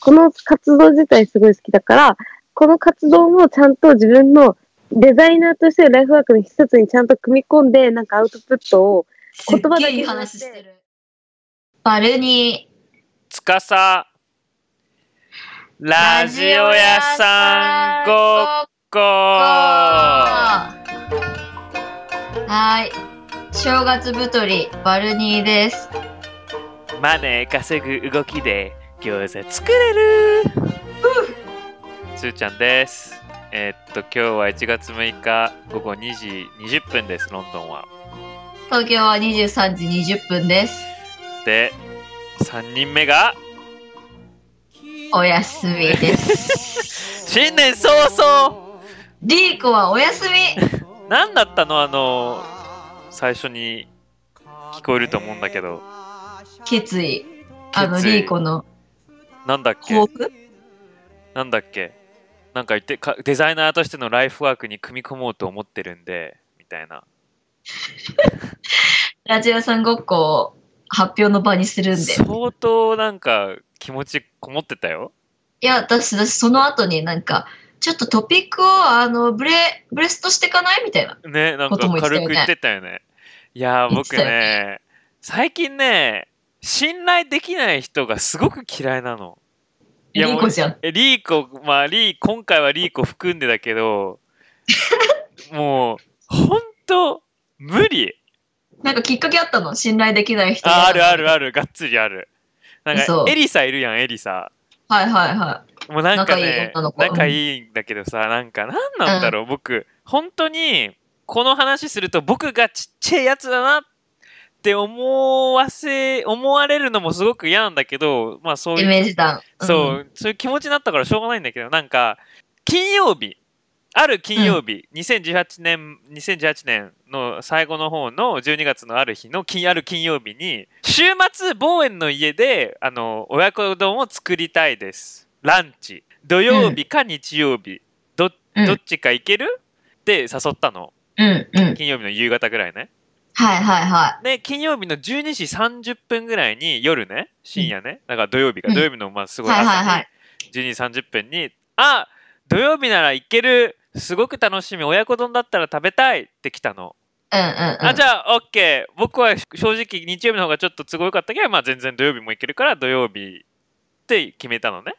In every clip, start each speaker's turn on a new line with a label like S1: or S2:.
S1: この活動自体すごい好きだから、この活動もちゃんと自分のデザイナーとしてのライフワークの一つにちゃんと組み込んで、なんかアウトプットを、
S2: すっ
S1: 言葉だけ
S2: げえいい話してる。バルニ
S3: つかさ
S2: ー。
S3: ラジオ屋さんごっこ
S2: はーい。正月太り、バルニーです。
S3: マネー稼ぐ動きで餃子作れるすーちゃんですえーっと今日は1月6日午後2時20分ですロンドンは
S2: 東京は23時20分です。
S3: で3人目が
S2: おやすみ です。
S3: 新年早々
S2: リーコはおやすみ
S3: 何だったのあの最初に聞こえると思うんだけど
S2: 決意。あの、
S3: 決意
S2: リーコの
S3: なんだっけ
S2: 抱負
S3: なんだっけなんか言ってかデザイナーとしてのライフワークに組み込もうと思ってるんでみたいな
S2: ラジオ屋さんごっこを発表の場にするんで。
S3: 相当なんか気持ちこもってたよ
S2: いや、私、私、その後になんか、ちょっとトピックを、あの、ブレ、ブレストしてかないみたいな。
S3: ねなん
S2: こと
S3: か
S2: も言ってたよ
S3: 軽
S2: ね
S3: く言ってたよねいやー
S2: 言っ
S3: 僕
S2: てたよ
S3: ね最近ね信頼できない人がすごく嫌いなのい
S2: リ
S3: や
S2: ー
S3: も
S2: コ
S3: う
S2: じゃん。
S3: えリーコまあリー今回はリーコ含んでだ けどもうほんと無理
S2: なんかきっかけあったの信頼できない人が
S3: ああるあるあるがっつりあるなんか
S2: 嘘
S3: エリサいるやんエリサ
S2: はいはいは
S3: もうなんか
S2: 仲いい
S3: ね
S2: 女の子
S3: 仲いいんだけどさなんかなんなんだろう、僕本当にこの話すると僕がちっちゃいやつだなって思わせ思われるのもすごく嫌なんだけどまあそう
S2: い。イ
S3: いう、
S2: メージダウン。うん
S3: そう。そういう気持ちになったからしょうがないんだけどなんか金曜日ある金曜日、2018年2018年の最後の方の12月のある日の金ある金曜日に週末望遠の家であの親子丼を作りたいですランチ土曜日か日曜日、ど
S2: うん
S3: どっちか行けるって誘ったの
S2: うんうん。
S3: 金曜日の夕方ぐらいね
S2: はいはいは
S3: で金曜日の12時30分ぐらいに夜ね深夜ね、だから土曜日か、
S2: うん
S3: 土曜日のまあす
S2: い。
S3: ごい
S2: は
S3: 朝
S2: い
S3: に、
S2: はいはい。
S3: 12時30分に「あ土曜日なら行けるすごく楽しみ親子丼だったら食べたい」って来たの、
S2: うんうんうん。
S3: あじゃあ OK 僕は正直日曜日の方がちょっと都合よかったけど、まあ、全然土曜日も行けるから土曜日って決めたのね、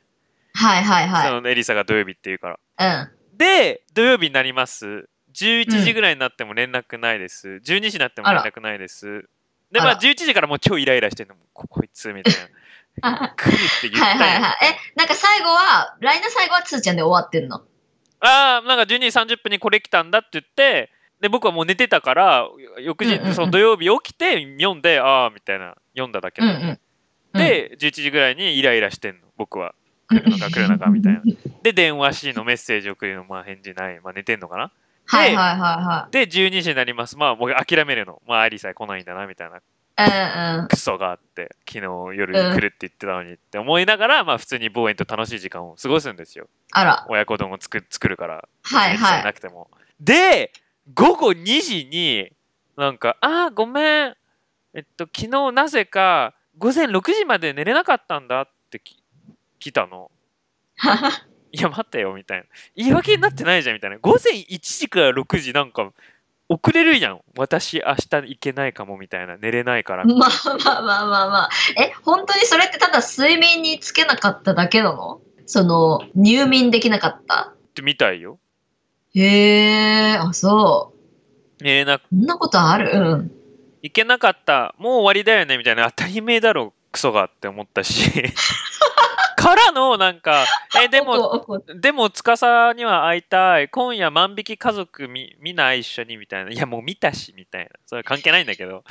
S2: はいはいはい。
S3: そのエリサが土曜日って言うから
S2: うん。
S3: で土曜日になります11時ぐらいになっても連絡ないです、12時になっても連絡ないですでま
S2: あ
S3: あ
S2: ら
S3: 11時からもう超イライラしてるのもここいつみたい な来るって言った
S2: はい
S3: やん
S2: はいはい。え、なんか最後は、来年最後はつーちゃんで終わってんの。
S3: ああ、なんか12時30分にこれ来たんだって言って、で、僕はもう寝てたから、翌日
S2: うんうんう、ん
S3: その土曜日起きて読んで、ああ、みたいな、読んだだけ
S2: うんう
S3: で、
S2: ん。
S3: で、11時ぐらいにイライラしてんの、僕は。来るのか来るのかみたいな。で、電話しのメッセージ送るの、まあ返事ない、まあ寝てんのかな。
S2: はいはいは
S3: で、12時になります、まあ僕諦めるの、まあアリさえ来ないんだな、みたいな、
S2: いはい。うんうん。
S3: クソがあって、昨日夜来るって言ってたのにって思いながら、まあ普通に望遠と楽しい時間を過ごすんですよ。
S2: あら。
S3: 親子丼を作作るから。
S2: はい
S3: じゃ
S2: は
S3: なくても。で、午後2時に、なんか、あーごめん。えっと、昨日なぜか午前6時まで寝れなかったんだってき来たの。
S2: い。
S3: いや、待ってよ、みたいな。言い訳になってないじゃん、みたいな。午前1時から6時、なんか、遅れるじゃん。私、明日行けないかも、みたいな。寝れないから。
S2: まあまあまあまあまあ。え、本当にそれってただ睡眠につけなかっただけなのその、入眠できなかった
S3: ってみたいよ。
S2: へえ、あ、そ
S3: 寝れな
S2: う。そんなことあるうん。
S3: いけなかったもう終わりだよねみたいな当たり前だろクソがって思ったしからのなんかえでも
S2: おこおこ
S3: でも司には会いたい今夜万引き家族見見ない一緒にみたいないやもう見たしみたいなそれは関係ないんだけど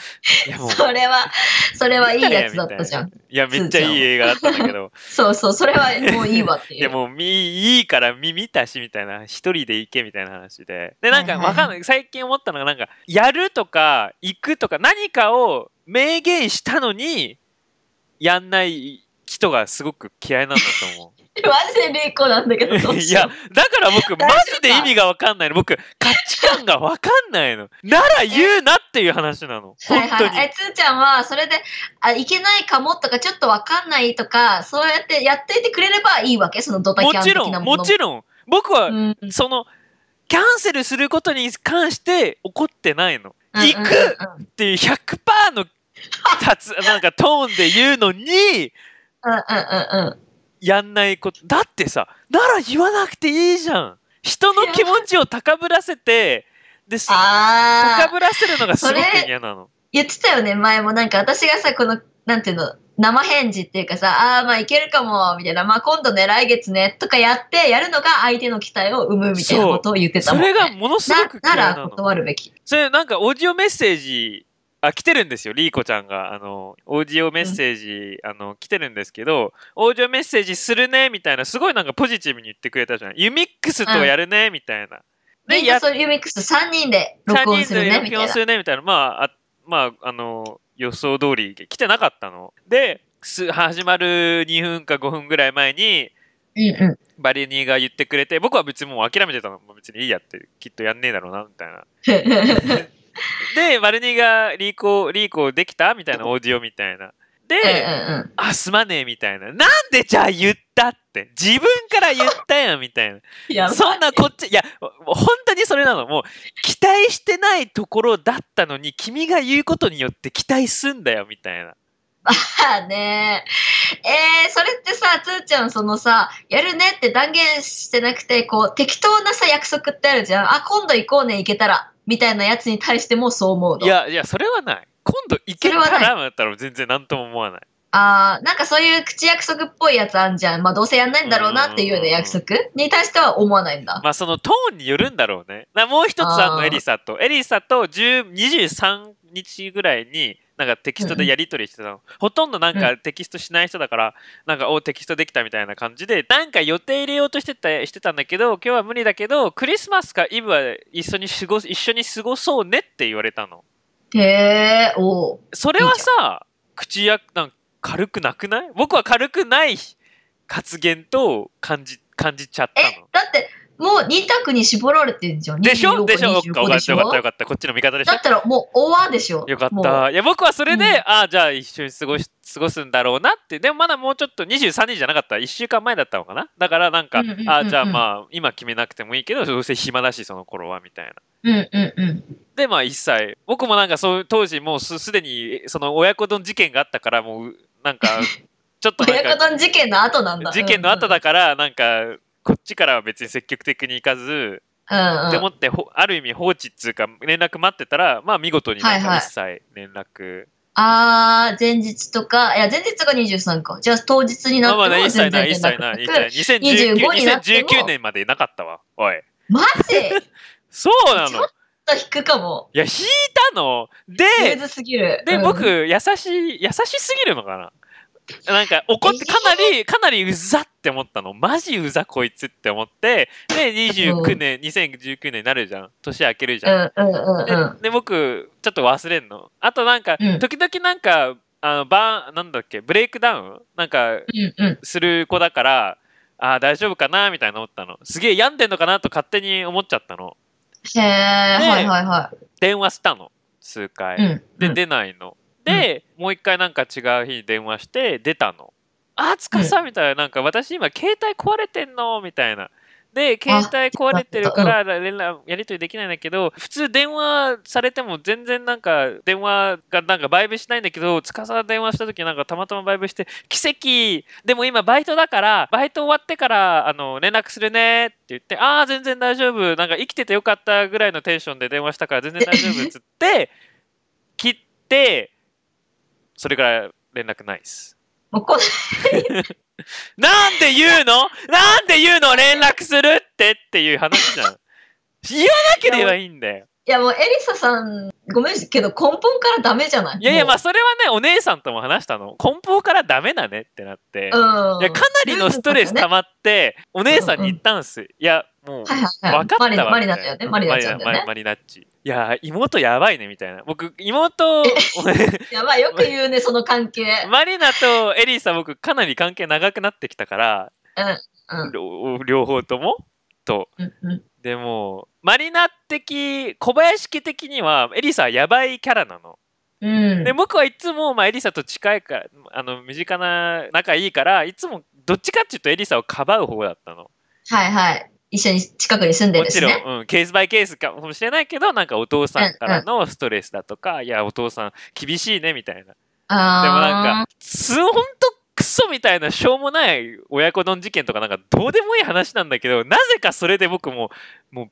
S3: いやもう
S2: それは、それはいいやつだったじゃん。
S3: いやめっちゃいい映画だったんだけど
S2: そうそう、それはもういいわって
S3: い
S2: い
S3: や
S2: う。
S3: もうみいいから見見たしみたいな一人で行けみたいな話ででなん
S2: は
S3: か
S2: いはいはい
S3: わかんない最近思ったのがなんかやるとか行くとか何かを 明言したのにやんない人がすごく嫌いなんだと思う
S2: ジでレイコなんだけど、どう
S3: い
S2: しよ
S3: や
S2: う。、
S3: だから僕、マジで意味がわかんないの。僕、価値観がわかんないの。なら言うなっていう話なの。
S2: はい
S3: 本当
S2: はい。え、
S3: に。
S2: つーちゃんは、それで、あ、いけないかもとか、ちょっとわかんないとか、そうやってやっていてくれればいいわけそのドタキャ
S3: も
S2: ン
S3: ち
S2: 的
S3: ろ、
S2: なんもの
S3: もちろん。僕は、
S2: うん
S3: その、キャンセルすることに関して怒ってないの。
S2: うんうん
S3: 行くっていう100%の立つ、なんかトーンで言うのに、
S2: うんうんうんうん。
S3: やんないこと。だってさ、なら言わなくていいじゃん。人の気持ちを高ぶらせて、で、す
S2: あ
S3: 高
S2: あ。
S3: ぶらせるのがすごく
S2: それ
S3: 嫌なの。
S2: 言ってたよね、前も。なんか私がさ、この、なんていうの、生返事っていうかさ、ああー、まあいけるかも、みたいな。まあ今度ね、来月ね、とかやって、やるのが相手の期待を生むみたいなことを言ってた
S3: そ
S2: もん、ね。
S3: れがものすごく嫌
S2: な
S3: い
S2: な
S3: な
S2: ら
S3: の。
S2: 断るべき。
S3: それなんかオーディオメッセージあ来てるんですよリーコちゃんがあのオーディオメッセージ、あの来てるんですけどオーディオメッセージするねみたいなすごいなんかポジティブに言ってくれたじゃんユミックスとやるね、みたいな
S2: みん
S3: や
S2: な
S3: っ
S2: そういうミックス3人で
S3: 3
S2: 録音す
S3: 人
S2: る
S3: で
S2: ね、みたい
S3: 録音
S2: な
S3: す。るねみたいなまああまああの予想通り来てなかったのです始まる2分か5分ぐらい前に
S2: うんうん。
S3: バリニーが言ってくれて僕は別にもう諦めてたのもう別にいいやってきっとやんねえだろうなみたいな で、マルニがリーコ、リーコできたみたいなオーディオみたいな。で、
S2: う
S3: あ、すまねえみたいな。なんでじゃあ言ったって。自分から言ったやんみたい
S2: ん、や
S3: な。 そんなこっち、いや、もう本当にそれなの。もう、期待してないところだったのに、君が言うことによって期待すんだよみたいな。
S2: ばねえー、それってさつーちゃんそのさやるねって断言してなくてこう適当なさ約束ってあるじゃんあ今度行こうね行けたらみたいなやつに対してもそう思うの
S3: いや、いや、それはない。今度行けた
S2: それはな
S3: らだったら全然何とも思わない。
S2: あーなんかそういう口約束っぽいやつあんじゃんまあどうせやんないんだろうなっていうような約束に対しては思わないんだ
S3: まあそのトーンによるんだろうね。なもう一つあ
S2: あ
S3: の
S2: ー
S3: エリサとエリサと10 23日ぐらいになんかテキストでやり取りしてたの。ほとんどなんかテキストしない人だからなんかおテキストできたみたいな感じでなんか予定入れようとしてたしてたんだけど今日は無理だけどクリスマスかイブは一緒に過ご一緒に過ごそうねって言われたの。
S2: へえおう
S3: それはさ口やなんか軽くなくない？僕は軽くない発言と感じ感じちゃっ
S2: え
S3: たの。
S2: だってもう2択に絞られてんじゃん
S3: でしょ
S2: 25
S3: でしょよ
S2: 25
S3: か
S2: で
S3: っ
S2: した
S3: よかったよ
S2: ょ
S3: かったこっちの味方でしょ
S2: だったらもう「おわ」でしょ
S3: よかっ
S2: もう
S3: た。いや、僕はそれで、
S2: うん
S3: ああ、じゃあ一緒に過ごし過ごすんだろうなって、でもまだもうちょっと23日じゃなかった、1週間前だったのかな。だからなんか、
S2: うんうんうんうん
S3: ああ、じゃあまあ、今決めなくてもいいけど、どうせ暇だし、その頃はみたいな。
S2: うんうんうん
S3: で、まあ、一切、僕もなんかそう、当時もうすすでに、その親子丼事件があったから、もう、な んか、ちょっとなん
S2: 親子
S3: か、
S2: 丼事件の後なんだ。
S3: 事件の後だから、なんか、こっちからは別に積極的に行かず、
S2: うんうん。
S3: でもってほある意味放置っつうか連絡待ってたらまあ見事になん
S2: はいは
S3: か
S2: い
S3: 一切連絡、
S2: あー、前日とか、いや、前日が23か。じゃあ当日になって
S3: まあ
S2: も
S3: まあ一
S2: 全
S3: 切な
S2: 然
S3: い
S2: 連絡
S3: 一切
S2: な
S3: な
S2: く
S3: い一切
S2: 25
S3: 2019,
S2: になっても
S3: 2019年までいなかったわおい
S2: マジちょっ
S3: そうなの
S2: ちょっと引くかも。
S3: いや引いたの
S2: ルー
S3: で
S2: ズすぎる。
S3: で
S2: うん
S3: 僕優しい優しすぎるのかななんか怒ってかなりかなりうざって思ったのマジうざこいつって思ってで29年2019年になるじゃん年明けるじ
S2: う
S3: ゃ
S2: ん
S3: ん
S2: うんうん
S3: で,、
S2: うん。
S3: で僕ちょっと忘れんのあとなんか、
S2: うん
S3: 時々なんかあのバーなんだっけブレイクダウンなんか
S2: うんうん。
S3: する子だからあー大丈夫かなみたいな思ったのすげえ病んでんのかなと勝手に思っちゃったの
S2: へー、はいはいは
S3: 電話したの数回、
S2: い。うん。
S3: で
S2: うん、
S3: 出ないので、もう一回なんか違う日に電話して出たのあーつかさみたいななんか私今携帯壊れてんのみたいなで携帯壊れてるから連絡やり取りできないんだけど普通電話されても全然なんか電話がなんかバイブしないんだけどつかさ電話した時なんかたまたまバイブして「奇跡でも今バイトだからバイト終わってからあの連絡するね」って言って「ああ全然大丈夫なんか生きててよかった」ぐらいのテンションで電話したから全然大丈夫っつって切ってそれから連絡ないっす
S2: もうこ
S3: なんで言うのなんで言うの連絡するってっていう話じゃん言わなければいいんだよ
S2: いやもうエリサさん、ごめんけど根本からダメじゃない
S3: いやいやま
S2: も
S3: あそれはねお姉さんとも話したの根本からダメだねってなって、
S2: ううん。
S3: いやかなりのストレス溜まってお姉さんに言ったんす、いやもう
S2: はいはいはい。
S3: 分かったわみたいな
S2: マリナだよね。マリナちゃんだよね
S3: マリナマリ。マリナッチいや妹やばいねみたいな僕妹
S2: やばい、よく言うね、その関係。
S3: マリナとエリーさん僕かなり関係長くなってきたから、
S2: うんうん
S3: 両両方ともと
S2: うんうん
S3: でもマリナ的小林家的にはエリサはやばいキャラなの。
S2: うん
S3: で僕はいつも、まあ、エリサと近いからあの身近な仲いいからいつもどっちかっていうとエリサをかばう方だったの。
S2: はいはい。一緒に近くに住んで
S3: も
S2: る
S3: ち
S2: し
S3: ろ
S2: ね。
S3: ん、うん、ケースバイケースかもしれないけどなんかお父さんからのストレスだとか、いやお父さん厳しいねみたいな。でもなん
S2: あ
S3: かすほんとクソみたいなしょうもない親子丼事件とかなんかどうでもいい話なんだけどなぜかそれで僕もも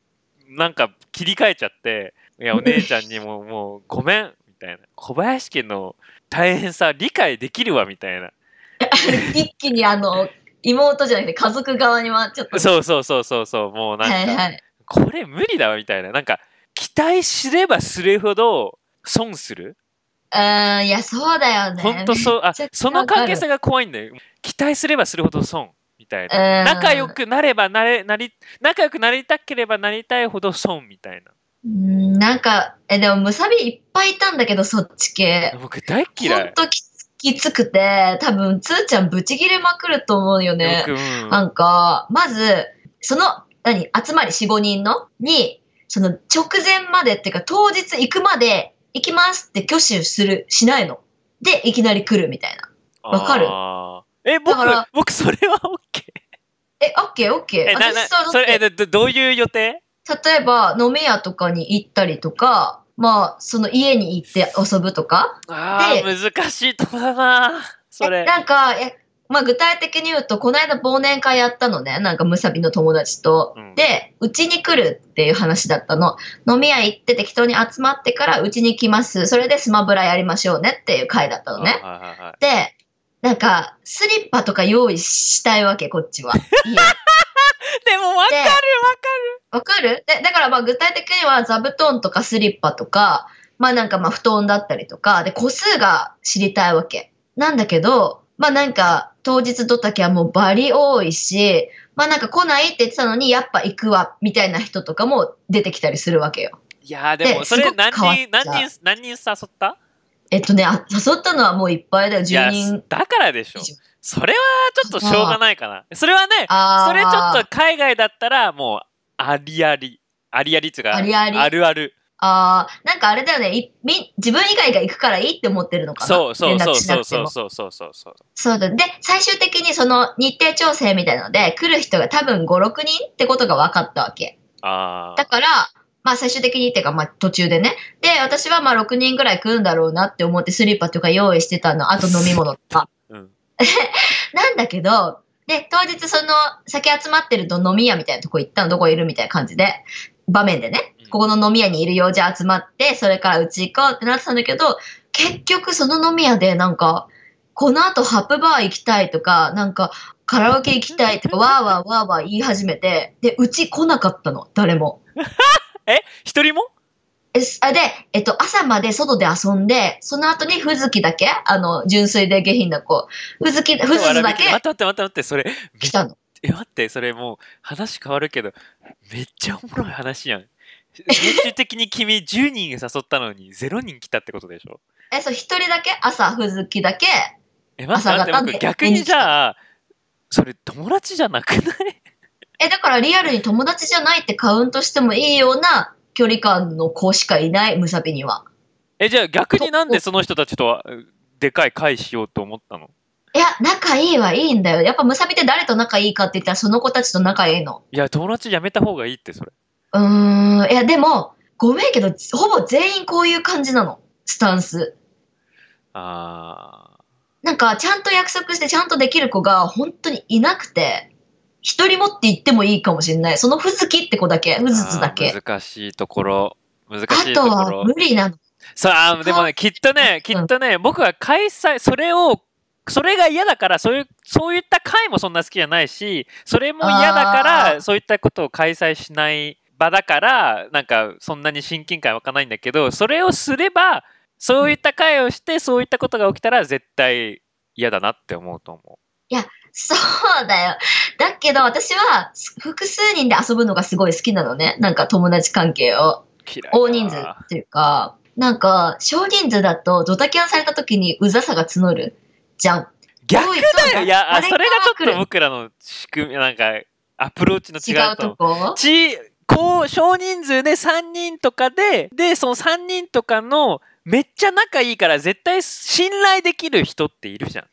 S3: うなんか切り替えちゃっていやお姉ちゃんにももうごめんみたいな小林家の大変さ理解できるわみたいな
S2: ー一気にあの、妹じゃなくて家族側にはちょっと。
S3: そうそうそうそうそうもうなんか、
S2: はいはい。
S3: これ無理だわみたいななんか期待すればするほど損する
S2: うん、いや、そうだよね。
S3: 本当そうあ
S2: ちゃくちゃ
S3: その関係性が怖いんだよ期待すればするほど損みたいな
S2: うん
S3: 仲良くなればなれなり仲良くなりたければなりたいほど損みたいな
S2: うんなんか、え、でも、むさびいっぱいいたんだけど、そっち系。
S3: 僕大嫌
S2: ほん
S3: い
S2: ときつきつくて、多分、つーちゃんブチ切れまくると思うよね。
S3: 僕、うん
S2: なんか、まず、その、何、集まり4、5人のに、その直前までっていうか当日行くまで行きますって挙手する、しないの。で、いきなり来るみたいな。わかる
S3: あーえ
S2: だ
S3: 僕
S2: から
S3: 僕それは OK
S2: え、オッケーオッケ
S3: え
S2: ー。
S3: な
S2: 私
S3: な
S2: さ、だっ
S3: それえ
S2: て
S3: どどどういう予定
S2: 例えば飲み屋とかに行ったりとか、まあ、その家に行って遊ぶとか、
S3: あー難しいとこだなそ
S2: え
S3: れ
S2: なんか、えまあ、具体的に言うと、この間忘年会やったのね、なんかむさびの友達と。
S3: うん
S2: で、うちに来るっていう話だったの。飲み屋行って適当に集まってからうちに来ます。それでスマブラやりましょうねっていう会だったのね。
S3: あはいはいはい
S2: で、なんか、スリッパとか用意したいわけ、こっちは。家で
S3: でもわかるわ
S2: わかるでだからまあ具体的には座布団とかスリッパとか、まあなんかまあ布団だったりとか、で個数が知りたいわけ。なんだけど、まあなんか当日ドタキはもうバリ多いし、まあなんか来ないって言ってたのにやっぱ行くわ、みたいな人とかも出てきたりするわけよ。
S3: いやーでも
S2: です
S3: それ
S2: ごく
S3: 何
S2: 変わっちゃう
S3: 人何人何人誘った
S2: えっとね、あ誘ったのはもういっぱいだよ、
S3: いや
S2: 10人
S3: だからでしょ
S2: 以上。
S3: それはちょっとしょうがないかなそれはね
S2: あー
S3: それちょっと海外だったらもうありありありありっていうか
S2: ありあり
S3: るある
S2: あーなんかあれだよねいみ、自分以外が行くからいいって思ってるのかな。
S3: そうそうそう
S2: 連絡しな
S3: そう
S2: くて
S3: そう
S2: も
S3: そうそうそうそう
S2: そうだ。で、最終的にその日程調整みたいなので、来る人が多分5、6人ってことが分かったわけ。
S3: あ
S2: だから、まあ最終的にっていうか、まあ途中でね。で、私はまあ6人ぐらい来るんだろうなって思ってスリッパとか用意してたの。あと飲み物とか。
S3: ー、うん、
S2: なんだけど、で、当日その酒集まってると飲み屋みたいなとこ行ったの、どこいるみたいな感じで、場面でね
S3: うん、
S2: ここの飲み屋にいるよ、じゃあ集まって、それからうち行こうってなってたんだけど、結局その飲み屋でなんか、この後ハップバー行きたいとか、なんかカラオケ行きたいとか、わーわーわーわー言い始めて、で、うち来なかったの、誰も。
S3: え一人も
S2: えすあで、えっと、朝まで外で遊んで、その後にふずきだけ、あの、純粋で下品な子、ふずき、ふずずだけ
S3: 待って待って待って待ってそれめ
S2: 来たの。
S3: え待ってそれもう話変わるけどめっちゃおもろい話やん最終的に君10人誘ったのに0人来たってことでしょ
S2: え、そう、一人だけ朝、ふずきだけ。
S3: え待って
S2: 朝
S3: 待って
S2: 方で
S3: 僕逆にじゃあそれ友達じゃなくない
S2: え、だからリアルに友達じゃないってカウントしてもいいような距離感の子しかいない、ムサビには。
S3: えじゃあ逆になんでその人たちとはでかい会しようと思ったの
S2: いや、仲いいはいいんだよ。やっぱムサビって誰と仲いいかって言ったらその子たちと仲いいの。
S3: いや友達やめた方がいいってそれ
S2: うーん。いや、でも、ごめんけど、ほぼ全員こういう感じなの。スタンス。
S3: あ
S2: なんか、ちゃんと約束してちゃんとできる子が本当にいなくて、一人もって言ってもいいかもしれない。そのふずきって子だけ、ふ
S3: ー
S2: ずつだ
S3: あ
S2: け。
S3: ー難しいところ難し
S2: あ
S3: い
S2: と
S3: とこ
S2: は
S3: ろ
S2: 無理なの。
S3: そうあーでもねきっとねきっとね僕は開催それをそれが嫌だからそういうそういった会もそんな好きじゃないしそれも嫌だか
S2: あ
S3: ら
S2: ー
S3: そういったことを開催しない場だからなんかそんなに親近感湧かないんだけどそれをすればそういった会をしてそういったことが起きたら絶対嫌だなって思うと思う。
S2: そうだよ。だけど私は複数人で遊ぶのがすごい好きなのね。なんか友達関係を。
S3: 嫌いだ
S2: 大人数っていうか、なんか少人数だとドタキャンされた時にうざさが募るじゃん。
S3: 逆 だよいやあ
S2: 誰
S3: そ
S2: か
S3: れがちょっ
S2: 来
S3: と
S2: る
S3: 僕らの仕組みなんかアプローチの
S2: 違
S3: 違
S2: う
S3: うと思う
S2: とこ
S3: ちこう少人数で3人とかででその3人とかのめっちゃ仲いいから絶対信頼できる人っているじゃん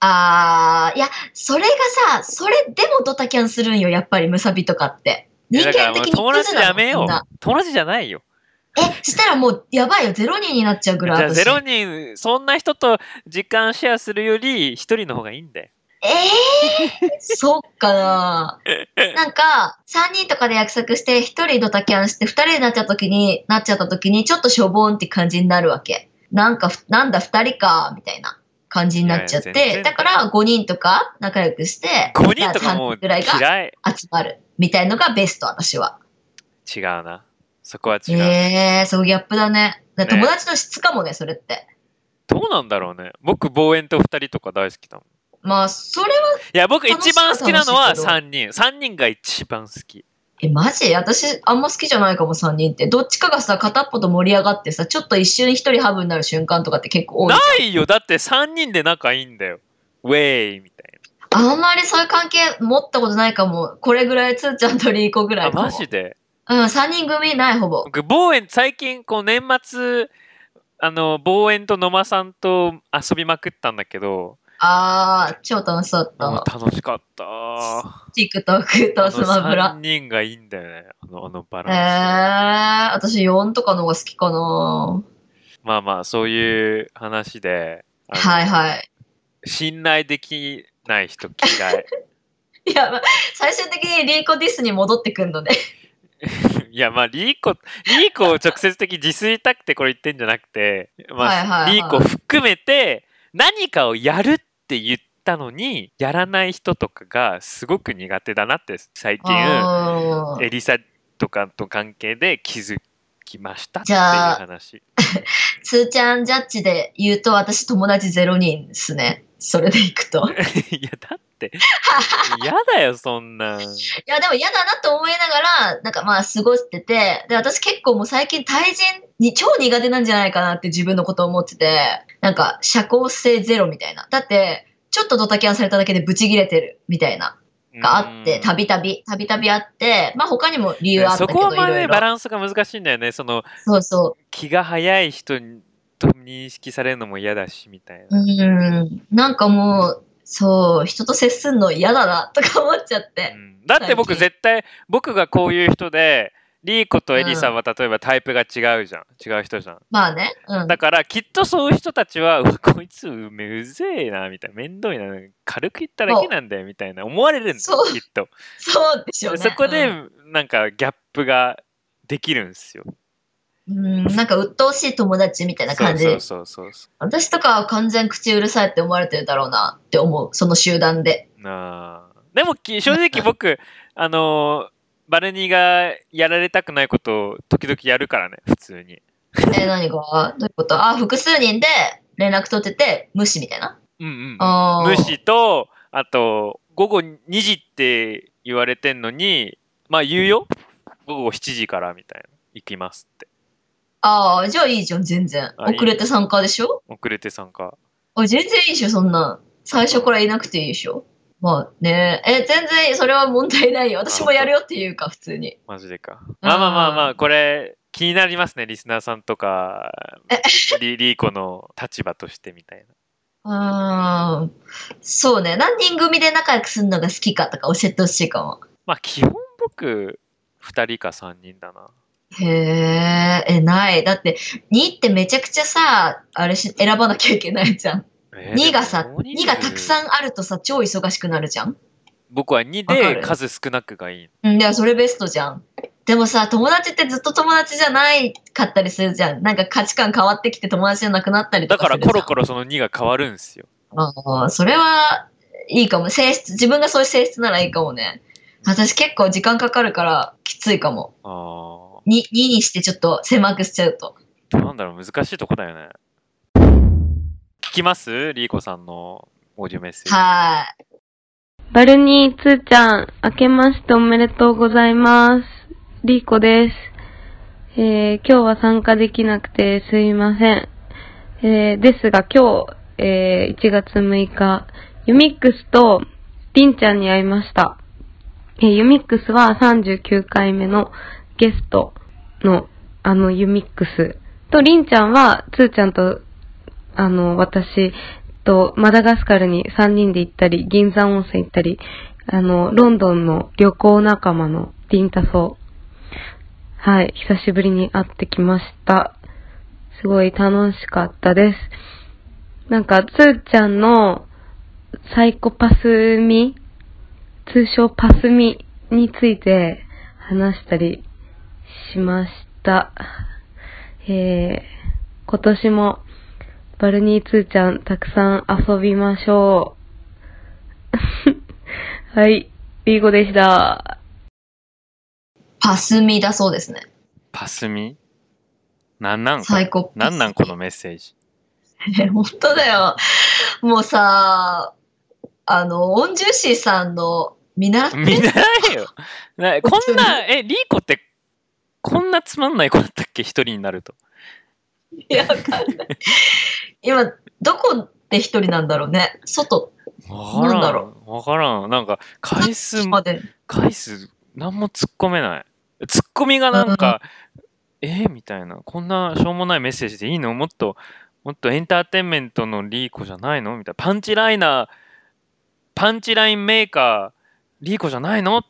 S2: あーいやそれがさそれでもドタキャンするんよやっぱりムサビとかって
S3: い
S2: 人
S3: や
S2: 間
S3: だからもう
S2: 的に
S3: 友達やめ
S2: ク
S3: よ
S2: ズなの
S3: う友達じゃないよ
S2: みんなえしたらもうやばいよゼロ人になっちゃうぐ
S3: じ
S2: らい
S3: ゃあ
S2: 私
S3: ゼロ人そんな人と時間シェアするより1人の方がいいんだよ
S2: ええー、そっかな。なんか、3人とかで約束して、1人ドタキャンして、2人になっちゃった時に、なっちゃった時に、ちょっとしょぼんって感じになるわけ。なんかふ、なんだ2人か、みたいな感じになっちゃっ
S3: いやいや全
S2: て、
S3: 然
S2: だから5人とか仲良くして、
S3: 5人とかもう
S2: ぐらいが
S3: 嫌い
S2: 集まる。みたいのがベスト、私は。
S3: 違うなそこは違う、
S2: ええー、そうギャップだね。だから
S3: ね
S2: 友達の質かもね、それって。
S3: どうなんだろうね僕望遠と2人とか大好きだもん
S2: まあ、それはい
S3: や僕一番好きなのは
S2: 楽しいは
S3: 3人3人が一番好き
S2: え、マジ私、あんま好きじゃないかも、3人って。どっちかがさ、片っぽと盛り上がってさ、ちょっと一瞬一人ハブになる瞬間とかって結構多い。
S3: ないよだって3人で仲いいんだよウェイみたい
S2: あんまりそういう関係持ったことないかも。これぐらい、つーちゃんとリーコぐら
S3: ないあ
S2: かも。
S3: マジで
S2: うん、3人組ない、ほぼ。
S3: 僕望遠最近こう年末あの望遠と野間さんと遊びまくったんだけど
S2: あー、超楽しそうだ
S3: も
S2: っ
S3: う楽しかった
S2: た。TikTok とスマブラ
S3: 3。人がいいんだよねあのあのバ
S2: え
S3: ランス、
S2: ー、私4とかの方が好きかな。
S3: まあまあそういう話であの
S2: はいはい。
S3: 信頼できない人嫌い
S2: いや、まあ最終的にリーコディスに戻ってくんのね。
S3: いやまあリーコリーコを直接的に自炊たくてこれ言ってんじゃなくて、まあ
S2: はいはいはい
S3: リーコ含めて何かをやるって言ったのにやらない人とかがすごく苦手だなって最近
S2: うん
S3: エリサとかと関係で気づきましたって
S2: じ
S3: いう
S2: ゃあ
S3: 話
S2: つーちゃんジャッジで言うと私友達ゼロ人ですね。それでいくと。い
S3: いやだって嫌だよそんなん
S2: やでも嫌だなと思いながら、なんかまあ過ごしてて、で私結構もう最近対人に超苦手なんじゃないかなって自分のこと思ってて、なんか社交性ゼロみたいな。だって、ちょっとドタキャンされただけでブチギレてるみたいな があって、たびたび、たびたびあって、まあ他にも理由はあった
S3: そ
S2: けど、
S3: こはまあ
S2: いろ
S3: ね
S2: いろ
S3: バランスが難しいんだよねその
S2: そうそう。
S3: 気が早い人にと認識されるのも嫌だしみたいな
S2: うん、なんかもう、そう、人と接すんの嫌だなとか思っちゃって
S3: う。んだって僕
S2: 最近
S3: 絶対僕がこういう人でリーコとエリさんは例えばタイプが違うじゃん、違う人じゃん
S2: まあね、うん。
S3: だからきっとそういう人たちはうわこいつうめうぜえなみたいな面倒いな軽く言っただけなんだよみたいな思われるんだよ
S2: そう
S3: きっと
S2: そうでしょうね。
S3: そこで
S2: うん
S3: なんかギャップができるんですよ
S2: うん、なんか鬱陶しい友達みたいな感じ。
S3: そうそうそうそう
S2: 私とかは完全口うるさいって思われてるだろうなって思う、その集団 で。
S3: なあでもき正直僕あのバルニーがやられたくないことを時々やるからね普通に
S2: え、何がどういうことあ、複数人で連絡取ってて、無視みたいな。
S3: うんうん
S2: あー
S3: 無視とあと午後2時って言われてんのにまあ言うよ午後7時からみたいな行きますって
S2: ああ、じゃあいいじゃん、全然。
S3: あいい
S2: 遅れて参加でしょ
S3: 遅れて参加
S2: あ、全然いいでしょ、そんなん。最初からいなくていいでしょ。まあね。え、全然それは問題ないよ。私もやるよっていうか、普通に。
S3: マジでか
S2: あー
S3: まあまあまあまあこれ気になりますねリスナーさんとかリリーコの立場としてみたいな
S2: うーん。そうね。何人組で仲良くするのが好きかとか教えてほしいかも。
S3: まあ基本僕2人か3人だな
S2: へえ、え、ない。だって、2ってめちゃくちゃさ、あれし、選ばなきゃいけないじゃん。2がさ、2がたく
S3: ん
S2: さんあるとさ、超忙しくなるじゃん。
S3: 僕は2
S2: わか
S3: で
S2: る
S3: 数少なくがいい
S2: うん、でもそれベストじゃん。でもさ、友達ってずっと友達じゃないかったりするじゃん。なんか価値観変わってきて友達じゃなくなったりと
S3: だ
S2: か
S3: か
S2: す
S3: ら
S2: るじゃん。
S3: コロコロその2が変わるんですよ
S2: ああ、それはいいかも。性質、自分がそういう性質ならいいかもね。私結構時間かかるからきついかも。
S3: あ
S2: 2, 2にしてちょっと狭くしちゃうと。
S3: あなんだろう難しいとこだよね聞きますリーコさんのオーディオメッセージ
S2: は
S4: バルニーつーちゃん、明けましておめでとうございます。リーコです。えー今日は参加できなくてすいません。えーですが今日、えー1月6日、ユミックスとりんちゃんに会いました。えーユミックスは39回目のゲストのあのユミックスとりんちゃんはつーちゃんとあの私とマダガスカルに3人で行ったり銀山温泉行ったりあのロンドンの旅行仲間のりんたそうはい、久しぶりに会ってきました。すごい楽しかったです。なんか、つーちゃんのサイコパスミ通称パスミについて話したりしました。えー、今年もバルニーつーちゃんたくさん遊びましょう。 はい、リーゴでした。
S2: パスミだそうですね。
S3: パスミなんなん
S2: サイコパス
S3: なんなんこのメッセージ。
S2: え、本当だよ。もうさ、あの、オンジューシーさんの見習って
S3: 見ないよ。なこんな、え、リーコって、こんなつまんない子だったっけ一人になると。
S2: いや、わかんない。今、どこで一人なんだろうね。外
S3: わからん。
S2: なんだろ
S3: わからん。なんか、回数、
S2: まで。
S3: 回数、なんも突っ込めない。突っ込みがなんか、えーみたいな。こんなしょうもないメッセージでいいのもっと、もっとエンターテインメントのリーコじゃないのみたいな。パンチライナー、パンチラインメーカー、リーコじゃないの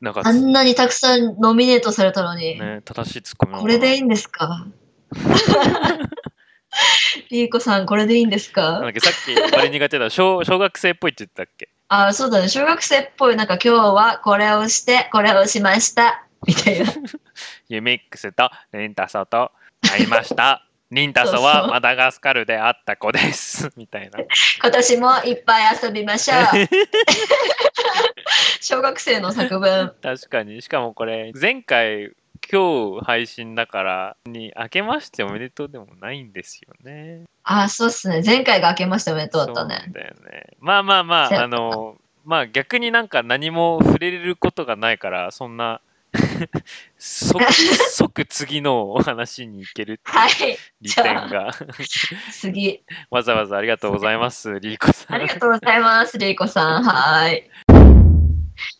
S3: なんか、
S2: あんなにたくさんノミネートされたのに、
S3: ね、正しいツッコミなの
S2: こ
S3: かな
S2: れでいいんです かリーコさん、これでいいんです
S3: なんだ
S2: か
S3: っけさっきあれ苦手だ小小学生っぽいって言ってたっけ
S2: あそうだね。小学生っぽい、なんか今日はこれをして、これをしました。みたいな。
S3: ユミックスとリンタソと会いましたリンタソ
S2: そうそ
S3: は
S2: う
S3: マダガスカルで会った子ですみたいな
S2: 今年もいっぱい遊びましょう。小学生の作文。
S3: 確かにしかもこれ前回今日配信だからに明けましておめでとうでもないんですよね
S2: あ、そうっすね。前回が明けましたおめでとうだった
S3: そうな
S2: ね
S3: ん。だよねまあまあま
S2: そう
S3: ああのまあ逆になんか何も触れることがないからそんな 即即次のお話に行ける
S2: はい。
S3: 利点が
S2: 次。
S3: わざわざありがとうございますリーコさ
S2: あり
S3: ん
S2: がとうございます、レイコさん。はーい。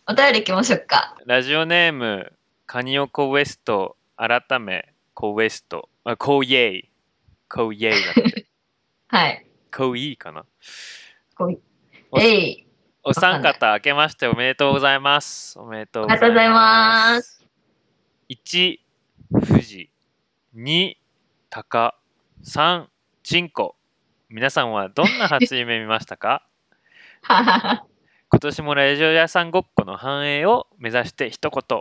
S2: お便り行きましょうか。
S3: ラジオネームカニオコウエスト改めコウエストあコウイエイコウイエイだって
S2: はい。
S3: コウイーかな
S2: こう
S3: お
S2: えい。
S3: お三方明けましておめでとうございますおめでとうございま
S2: あり
S3: す
S2: がとうございます
S3: 1富士2鷹3チンコ皆さんはどんな初夢見ましたか
S2: ははは
S3: 今年もラジオ屋さんごっこの繁栄を目指して一言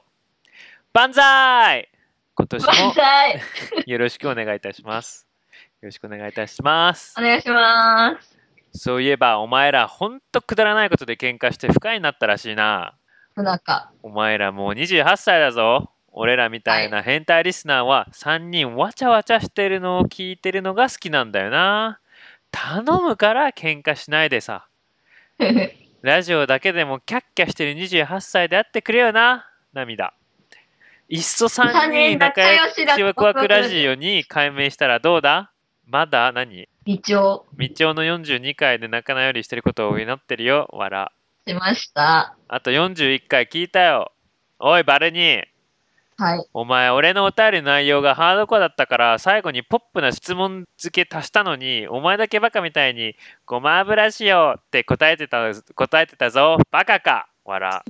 S3: 万歳今年
S2: 万歳。
S3: もよろしくお願いいたしますよろしくお願いいたします
S2: お願いします。
S3: そういえばお前らほんとくだらないことで喧嘩して不快になったらしいな
S2: なんか、
S3: お前らもう28歳だぞ俺らみたいな変態リスナーは3人わちゃわちゃしてるのを聞いてるのが好きなんだよな頼むから喧嘩しないでさラジオだけでもキャッキャしてる28歳であってくれよな涙いっそ3人仲良
S2: 三人仲良しだ
S3: しワクワクラジオに改名したらどうだまだ何
S2: 一応
S3: 道夫の42回で仲直りしてることを祈ってるよ笑
S2: しました。
S3: あと41回聞いたよおいバルニー
S2: はい。
S3: お前俺のお便りの内容がハードコアだったから最後にポップな質問付け足したのにお前だけバカみたいにごま油しようって答えてた答えてたぞバカか 笑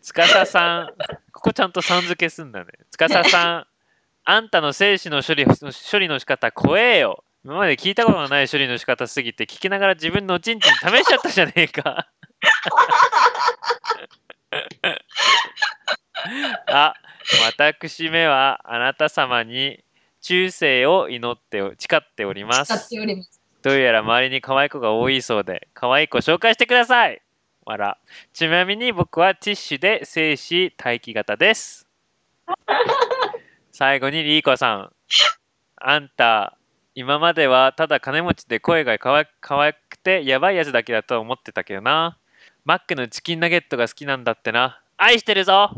S3: 司さんここちゃんとさん付けすんだね司さんあんたの精子の処理処理の仕方怖えよ今まで聞いたことのない処理の仕方すぎて聞きながら自分のおちんちん試しちゃったじゃねえか あ私めはあなた様に中世を祈ってお誓っておりま
S2: 使っ
S3: す
S2: ております。
S3: どうやら周りに可愛い子が多いそうで、可愛い子紹介してください。わら。ちなみに僕はティッシュで精子待機型です。最後にリーコさん。あんた、今まではただ金持ちで声が可愛可愛くてやばいやつだけだと思ってたけどな。マックのチキンナゲットが好きなんだってな。愛してるぞ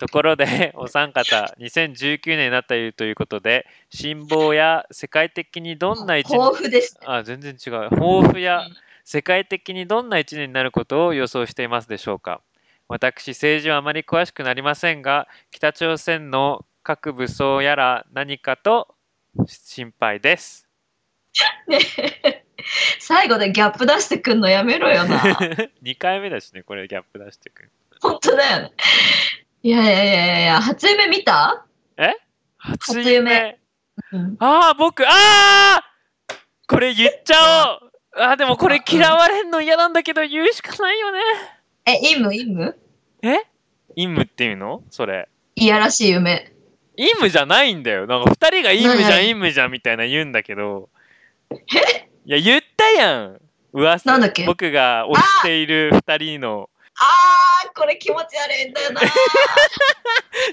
S3: ところで、お三方、2019年になったということで、辛抱や世界的にどんな一
S2: 豊
S3: 年、
S2: 富です。
S3: あ、全然違う、抱負や
S2: うん
S3: 世界的にどんな一年になることを予想していますでしょうか私政治はあまり詳しくなりませんが北朝鮮の各武装やら何かと心配です
S2: ね え最後でギャップ出してくんのやめろよ な。
S3: 2回目だしねこれギャップ出してくる
S2: 本当だよね。いやいやいやいや、初夢見た、
S3: 初
S2: 夢うん、
S3: ああ僕ああこれ言っちゃおうあーでもこれ嫌われんの嫌なんだけど言うしかないよね
S2: え、イムイム
S3: え陰夢っていうのそれ
S2: いやらしい夢。
S3: 陰夢じゃないんだよ。なんか二人が陰夢じゃ
S2: はい
S3: ん、
S2: はい
S3: 陰夢じゃんみたいな言うんだけど。いや、言ったやん。噂。
S2: なんだっけ
S3: 僕が推している二人の。
S2: あー、これ気持ち悪いんだ よな。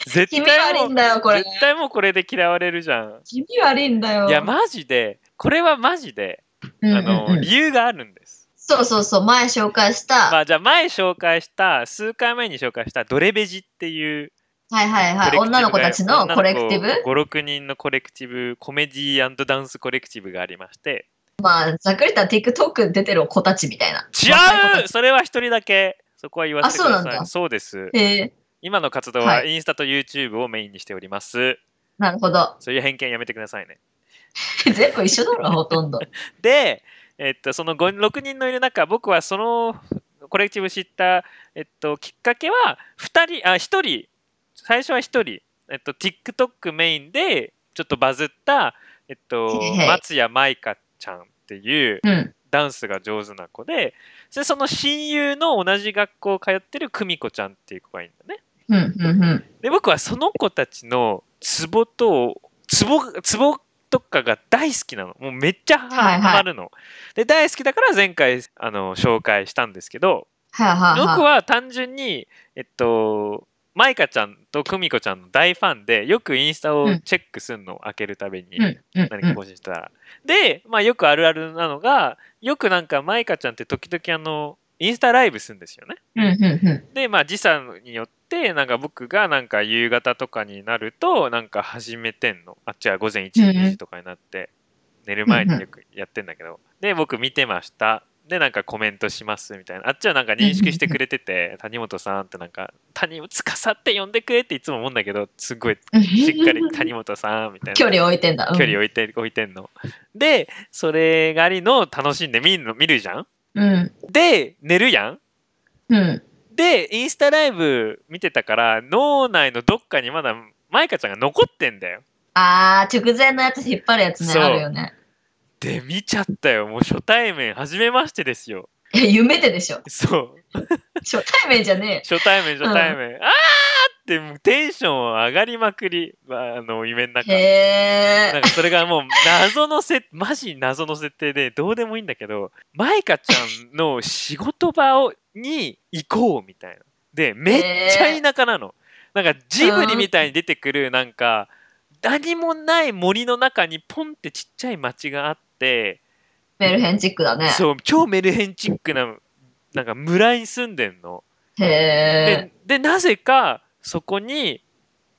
S3: 絶
S2: 気味悪
S3: 対
S2: い
S3: も
S2: ん
S3: う、
S2: だよ、これ。
S3: 絶対もうこれで嫌われるじゃん。
S2: 気味悪いんだよ。
S3: いや、マジで、これはマジで、
S2: うんうん
S3: あ
S2: うん
S3: の、理由があるんです。
S2: そうそうそう、前紹介した。
S3: まあ、じゃあ前紹介した、数回前に紹介したドレベジっていう
S2: はいはい
S3: コレク
S2: はい。
S3: ティブが、
S2: 女の子たちのコレクティブ
S3: ?5、6人のコレクティブ、コメディーダンスコレクティブがありまして、
S2: まあ、ざっくり言ったら TikTok 出てる子たちみたいな。若
S3: 違
S2: いう
S3: それは一人だけそこは言わせてく
S2: あ
S3: だ
S2: そう
S3: さ
S2: なん
S3: い
S2: だ
S3: そうです
S2: 子えー、
S3: 今の活動
S2: は
S3: はいインスタと YouTube をメインにしております
S2: なるほど。
S3: そういう偏見やめてくださいね
S2: 全部一緒だ ろ、ほとんど。
S3: で、えっと、その5 6人のいる中僕はそのコレクティブ知った、えっと、きっかけは2人あ1人最初は1人、えっと、TikTok メインでちょっとバズった、えっと
S2: はいはい、
S3: 松谷舞香ちゃんっていう
S2: うん。
S3: ダンスが上手な子ででその親友の同じ学校通ってる久美子ちゃんっていう子がいるんだね
S2: うん、うん、うん。
S3: で僕はその子たちのツボとツボツボとかが大好きなのもうめっちゃは
S2: はいはい
S3: ハマるの、で大好きだから前回あの紹介したんですけど
S2: はいはい
S3: 僕
S2: は
S3: は単純にえっとマイカちゃんと久美子ちゃんの大ファンでよくインスタをチェックするの、開けるたび
S2: い。
S3: に、
S2: うん、うん、
S3: 何
S2: う
S3: か
S2: ん。
S3: 更新したら。で、まあ、よくあるあるなのが、よくなんか、マイカちゃんって時々あの、インスタライブするんですよね。
S2: うん、うん、うん。
S3: で、まあ、時差によって、なんか僕がなんか夕方とかになると、なんか始めてんの。あっちは午前1時、
S2: うんうん
S3: 2時とかになって、寝る前によくやってんだけど。で、僕見てました。で、なんかコメントしますみたいな。あっちはなんか認識してくれてて、谷本さんってなんか、谷本司って呼んでくれっていつも思うんだけど、すごいしっか り谷本さんみたいな。
S2: 距離置いてんだ。
S3: 距離
S2: を。
S3: 置いて,、置いてんの。で、それがありの楽しんで見るの見るじゃん
S2: うん。
S3: で、寝るやん
S2: うん。
S3: で、インスタライブ見てたから、脳内のどっかにまだマイカちゃんが残ってんだよ。
S2: あー、直前のやつ引っ張るやつね、
S3: そう
S2: あるよね。
S3: で、見ちゃったよ。もう初対面、初めましてですよ。
S2: いや、夢ででしょ。
S3: そう。
S2: 初対面じゃね
S3: 初対面、初対面。あーって、もうテンション上がりまくり。まあ、あの、夢の中
S2: え。。へ
S3: なん
S2: ー。
S3: かそれがもう謎のせマジ謎の設定でどうでもいいんだけどマイカちゃんの仕事場をに行こうみたいなでめっちゃ田舎なの、なんかジブリみたいに出てくるなんか何もない森の中にポンってちっちゃい町があって
S2: メルヘンチックだね。
S3: そう超メルヘンチックななんか村に住んでんの
S2: へ
S3: ででなぜかそこに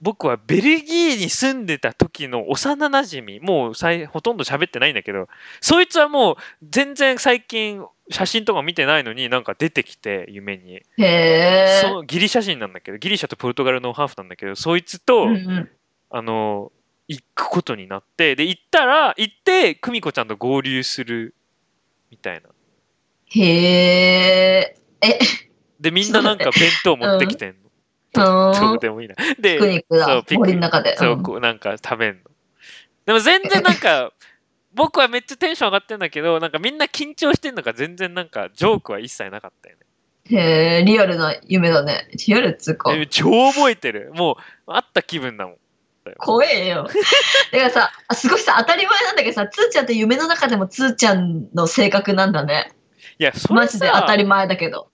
S3: 僕はベルギーに住んでた時の幼なじみもうさいほとんど喋ってないんだけどそいつはもう全然最近写真とか見てないのになんか出てきて夢に、
S2: ー。へ
S3: そ
S2: ー。
S3: のギリシャ人なんだけどギリシャとポルトガルのハーフなんだけどそいつと、
S2: うんうん
S3: あの行くことになってで行ったら行って久美子ちゃんと合流するみたいな
S2: へー。
S3: でみんななんか弁当持ってきてんの、
S2: う
S3: ど
S2: ー。
S3: うんでもいいなで
S2: ピクニック
S3: そう
S2: だ。
S3: ピクニック
S2: 森の中で。
S3: そうう、
S2: ん
S3: こうなんか食べんの。でも全然なんか、 僕はめっちゃテンション上がってんだけど、なんかみんな緊張してんのか全然なんかジョークは一切なかったよね。
S2: へー、リアルな夢だね。リアルっつうか。
S3: え超覚えてる。もう、あった気分だもん。
S2: 怖えよ。 だからさ、あすごいさ、当たり前なんだけどさ、つーちゃんって夢の中でもつーちゃんの性格なんだね。
S3: いや、そ
S2: マ
S3: れ
S2: ジで当た
S3: さ、
S2: り前だけど。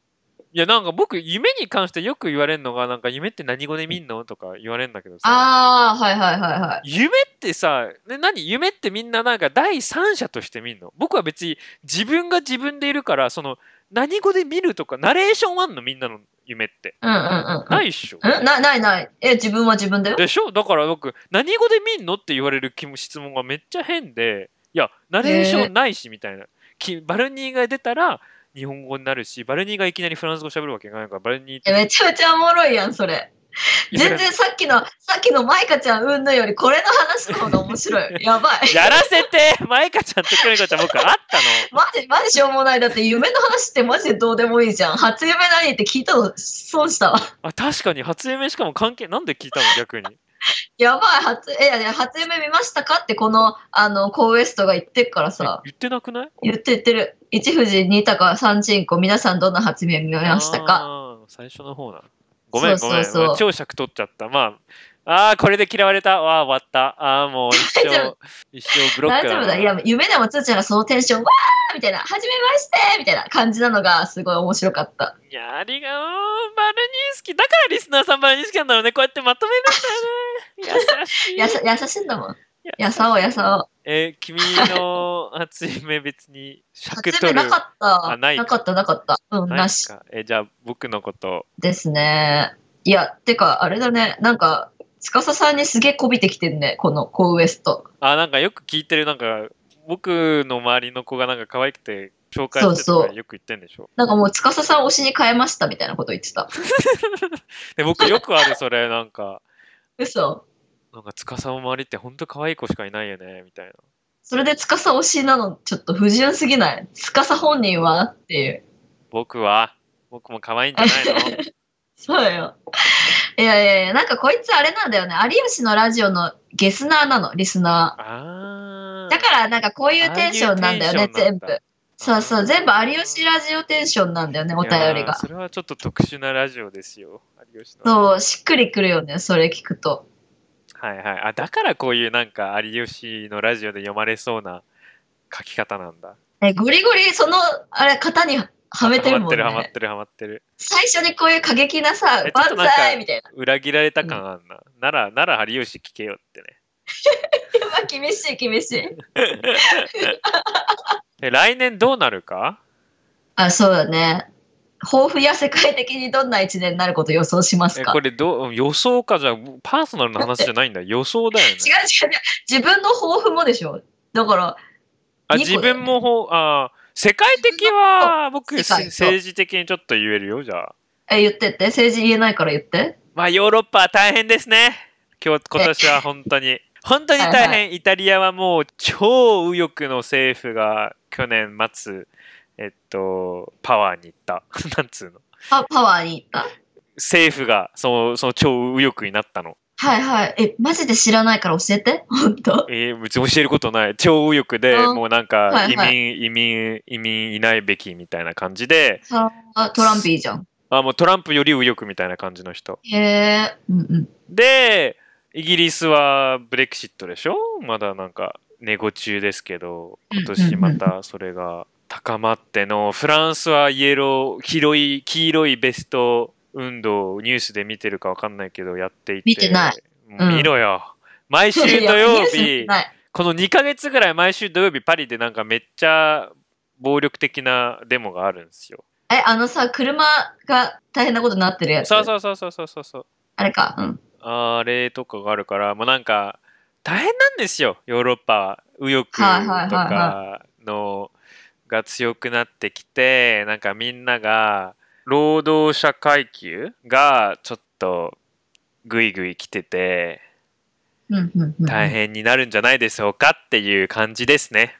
S3: いやなんか僕、夢に関してよく言われるのが、なんか夢って何語で見んのとか言われるんだけどさ、
S2: ああ、はいはいはいはい。
S3: 夢ってさ、ね、何夢ってみんななんか第三者として見んの僕は別に自分が自分でいるから、その、何語で見るとか、ナレーションあんのみんなの夢って。
S2: うんうんうんうん。
S3: ないっしょ。
S2: んないないない。え、自分は自分だよ。
S3: でしょだから僕、何語で見んのって言われる気も質問がめっちゃ変で、いや、ナレーションないしみたいな。きバルニーが出たら日本語になるし、バルニーがいきなりフランス語喋るわけがないから、バルニーって
S2: え、めちゃめちゃおもろいやん、それ。全然さっきの、さっきのマイカちゃんうんぬより、これの話の方が面 白い。やばい。
S3: やらせてマイカちゃんとクミコちゃん僕会ったの。
S2: マジ、マジしょうもない。だって夢の話ってマジでどうでもいいじゃん。初夢何って聞いたの損したわ。
S3: あ、確かに初夢しかも関係、なんで聞いたの逆に。
S2: やばい、初、え、いやいや初夢見ましたかってこの、あの、コーウエストが言ってっからさ、
S3: 言ってなくない
S2: 言って言ってる。一富士、二鷹、三鎮子、皆さんどんな初夢見ましたか
S3: あー最初の方な。ごめん
S2: そ
S3: ご
S2: う
S3: めん。
S2: そうそう
S3: 長尺取っちゃった。まあ、あーこれで嫌われた。わあ、終わった。ああ、もう一
S2: 大丈
S3: 生、一生ブロッ
S2: 大
S3: ク
S2: 丈夫だ。
S3: ない
S2: や、夢でもつーちゃんがそのテンション、わーみたいな、はじめましてみたいな感じなのがすごい面白かった。
S3: いや、ありがとう。バルニー好き。だからリスナーさんバルニー好きなんだろうね。こうやってまとめるんだよね。優しい。
S2: やさ、優しいんだもん。
S3: 優
S2: やさおうやさおう。
S3: えー君の初夢別に尺
S2: 初
S3: 取
S2: 夢
S3: る。
S2: なかった。
S3: あないか
S2: かった、なかった。うん、
S3: ない
S2: な
S3: です
S2: し
S3: かえーじゃあ僕のこと。
S2: ですね。いや、てか、あれだね。なんか、司さんにすげえこびてきてんね。このコーウエスト。
S3: あ、なんかよく聞いてる、なんか、僕の周りの子がなんか可愛くて、紹介して
S2: そう
S3: と
S2: そ
S3: かよく言ってんでしょ。
S2: なんかもう、司さん推しに変えましたみたいなこと言ってた。
S3: で、僕よくある、それ、なんか、
S2: 嘘。
S3: なんか、司の周りってほんと可愛い子しかいないよね、みたいな。
S2: それで司推しなの、ちょっと不純すぎない。司本人はっていう。
S3: 僕は、僕も可愛いんじゃない の
S2: そうよ。いやいやいや、なんかこいつあれなんだよね。有吉のラジオのゲスナーなの、リスナー。
S3: あー。
S2: だからなんかこういうテンションなんだよ
S3: ああい
S2: ね
S3: う、テン
S2: 全
S3: ションなんだ
S2: 部。そうそう、全部有吉ラジオテンションなんだよね、お便
S3: い
S2: り
S3: やー
S2: が。
S3: それはちょっと特殊なラジオですよ。有吉の。
S2: そう、しっくりくるよね、それ聞くと。
S3: はいはい。あ、だからこういうなんか、有吉のラジオで読まれそうな書き方なんだ。
S2: え、ゴリゴリ、その、あれ、型にはめてるもんね。
S3: ハマってる、ハマってる、ハマってる。
S2: 最初にこういう過激なさ
S3: え、ちょっと
S2: 万
S3: なんか
S2: 歳みたいな。
S3: 裏切られた感あんな。なら、なら有吉聞けよってね。
S2: うわ 厳しい、厳しい。
S3: で来年どうなるか
S2: あ、そうだね。抱負や世界的にどんな一年になること予想します
S3: え
S2: か
S3: これどう予想かじゃあパーソナルの話じゃないんだ予想だよね
S2: 違う違う違う自分の抱負もでしょだから
S3: あ
S2: 二個だ
S3: 自
S2: よ
S3: 分もほあ世界的は僕
S2: 世界と
S3: せ政治的にちょっと言えるよじゃあ
S2: え言ってって政治言えないから言って
S3: まあヨーロッパは大変ですね今日今年は本当に本当に大変、
S2: はい
S3: イタリアはもう超右翼の政府が去年末えっとパワーに行った なんつうの
S2: パパワーに行った
S3: 政府がそのその超右翼になったの
S2: はいはいえマジで知らないから教えて本当
S3: えー、別に教えることない超右翼で
S2: あ
S3: もうなん
S2: は
S3: か
S2: い
S3: 移民、
S2: はい
S3: 移民移民いないべきみたいな感じで
S2: ああトランピーじゃん
S3: あもうトランプより右翼みたいな感じの人
S2: へえうんうん
S3: でイギリスはブレクシットでしょまだなんかネゴ中ですけど今年またそれが高まってのフランスはイエロー黄色い黄色いベスト運動をニュースで見てるかわかんないけどやっていて
S2: 見てない、うん
S3: 見ろよ毎週土
S2: いやニュ
S3: 曜
S2: ース
S3: 日
S2: 見てない
S3: この2ヶ月ぐらい毎週土曜日パリでなんかめっちゃ暴力的なデモがあるんですよ。
S2: えあのさ車が大変なことになってるやつ
S3: そうそうそうそうそうそうそう。
S2: あれかうん
S3: あれとかがあるからもうなんか大変なんですよヨーロッパは右翼と
S2: はいはいはい
S3: かのが強くなってきてなんかみんなが労働者階級がちょっとグイグイ来てて
S2: うんうんうん、
S3: 大変になるんじゃないでしょうかっていう感じですね。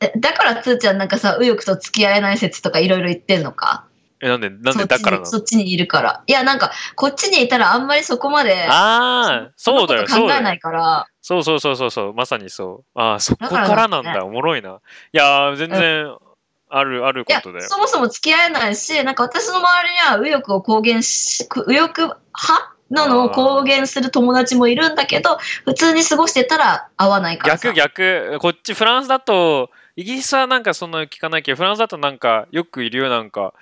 S2: えだからつーちゃんなんかさ右翼と付き合えない説とかいろいろ言ってんのか
S3: えなんでなんでだからなの
S2: そっちにそっちにいるからいやなんかこっちにいたらあんまりそこまで
S3: ああ、そうだよ、
S2: そんなこ
S3: そう
S2: と考
S3: だ
S2: えな
S3: よ。
S2: いから。
S3: そうそうそうそうそう、まさにそう。ああ、そこ
S2: だから
S3: からなん
S2: ね
S3: だ、おもろいな。いやー、全然ある、ある
S2: い
S3: こ
S2: や、
S3: とだよ。
S2: そもそも付き合えないし、なんか私の周りには右翼を公言し、く右翼派なのを公言する友達もいるんだけど、普通に過ごしてたら合わないからさ。
S3: 逆逆、こっちフランスだと、イギリスはなんかそんな聞かないけど、フランスだとなんかよくいるよ、なんか、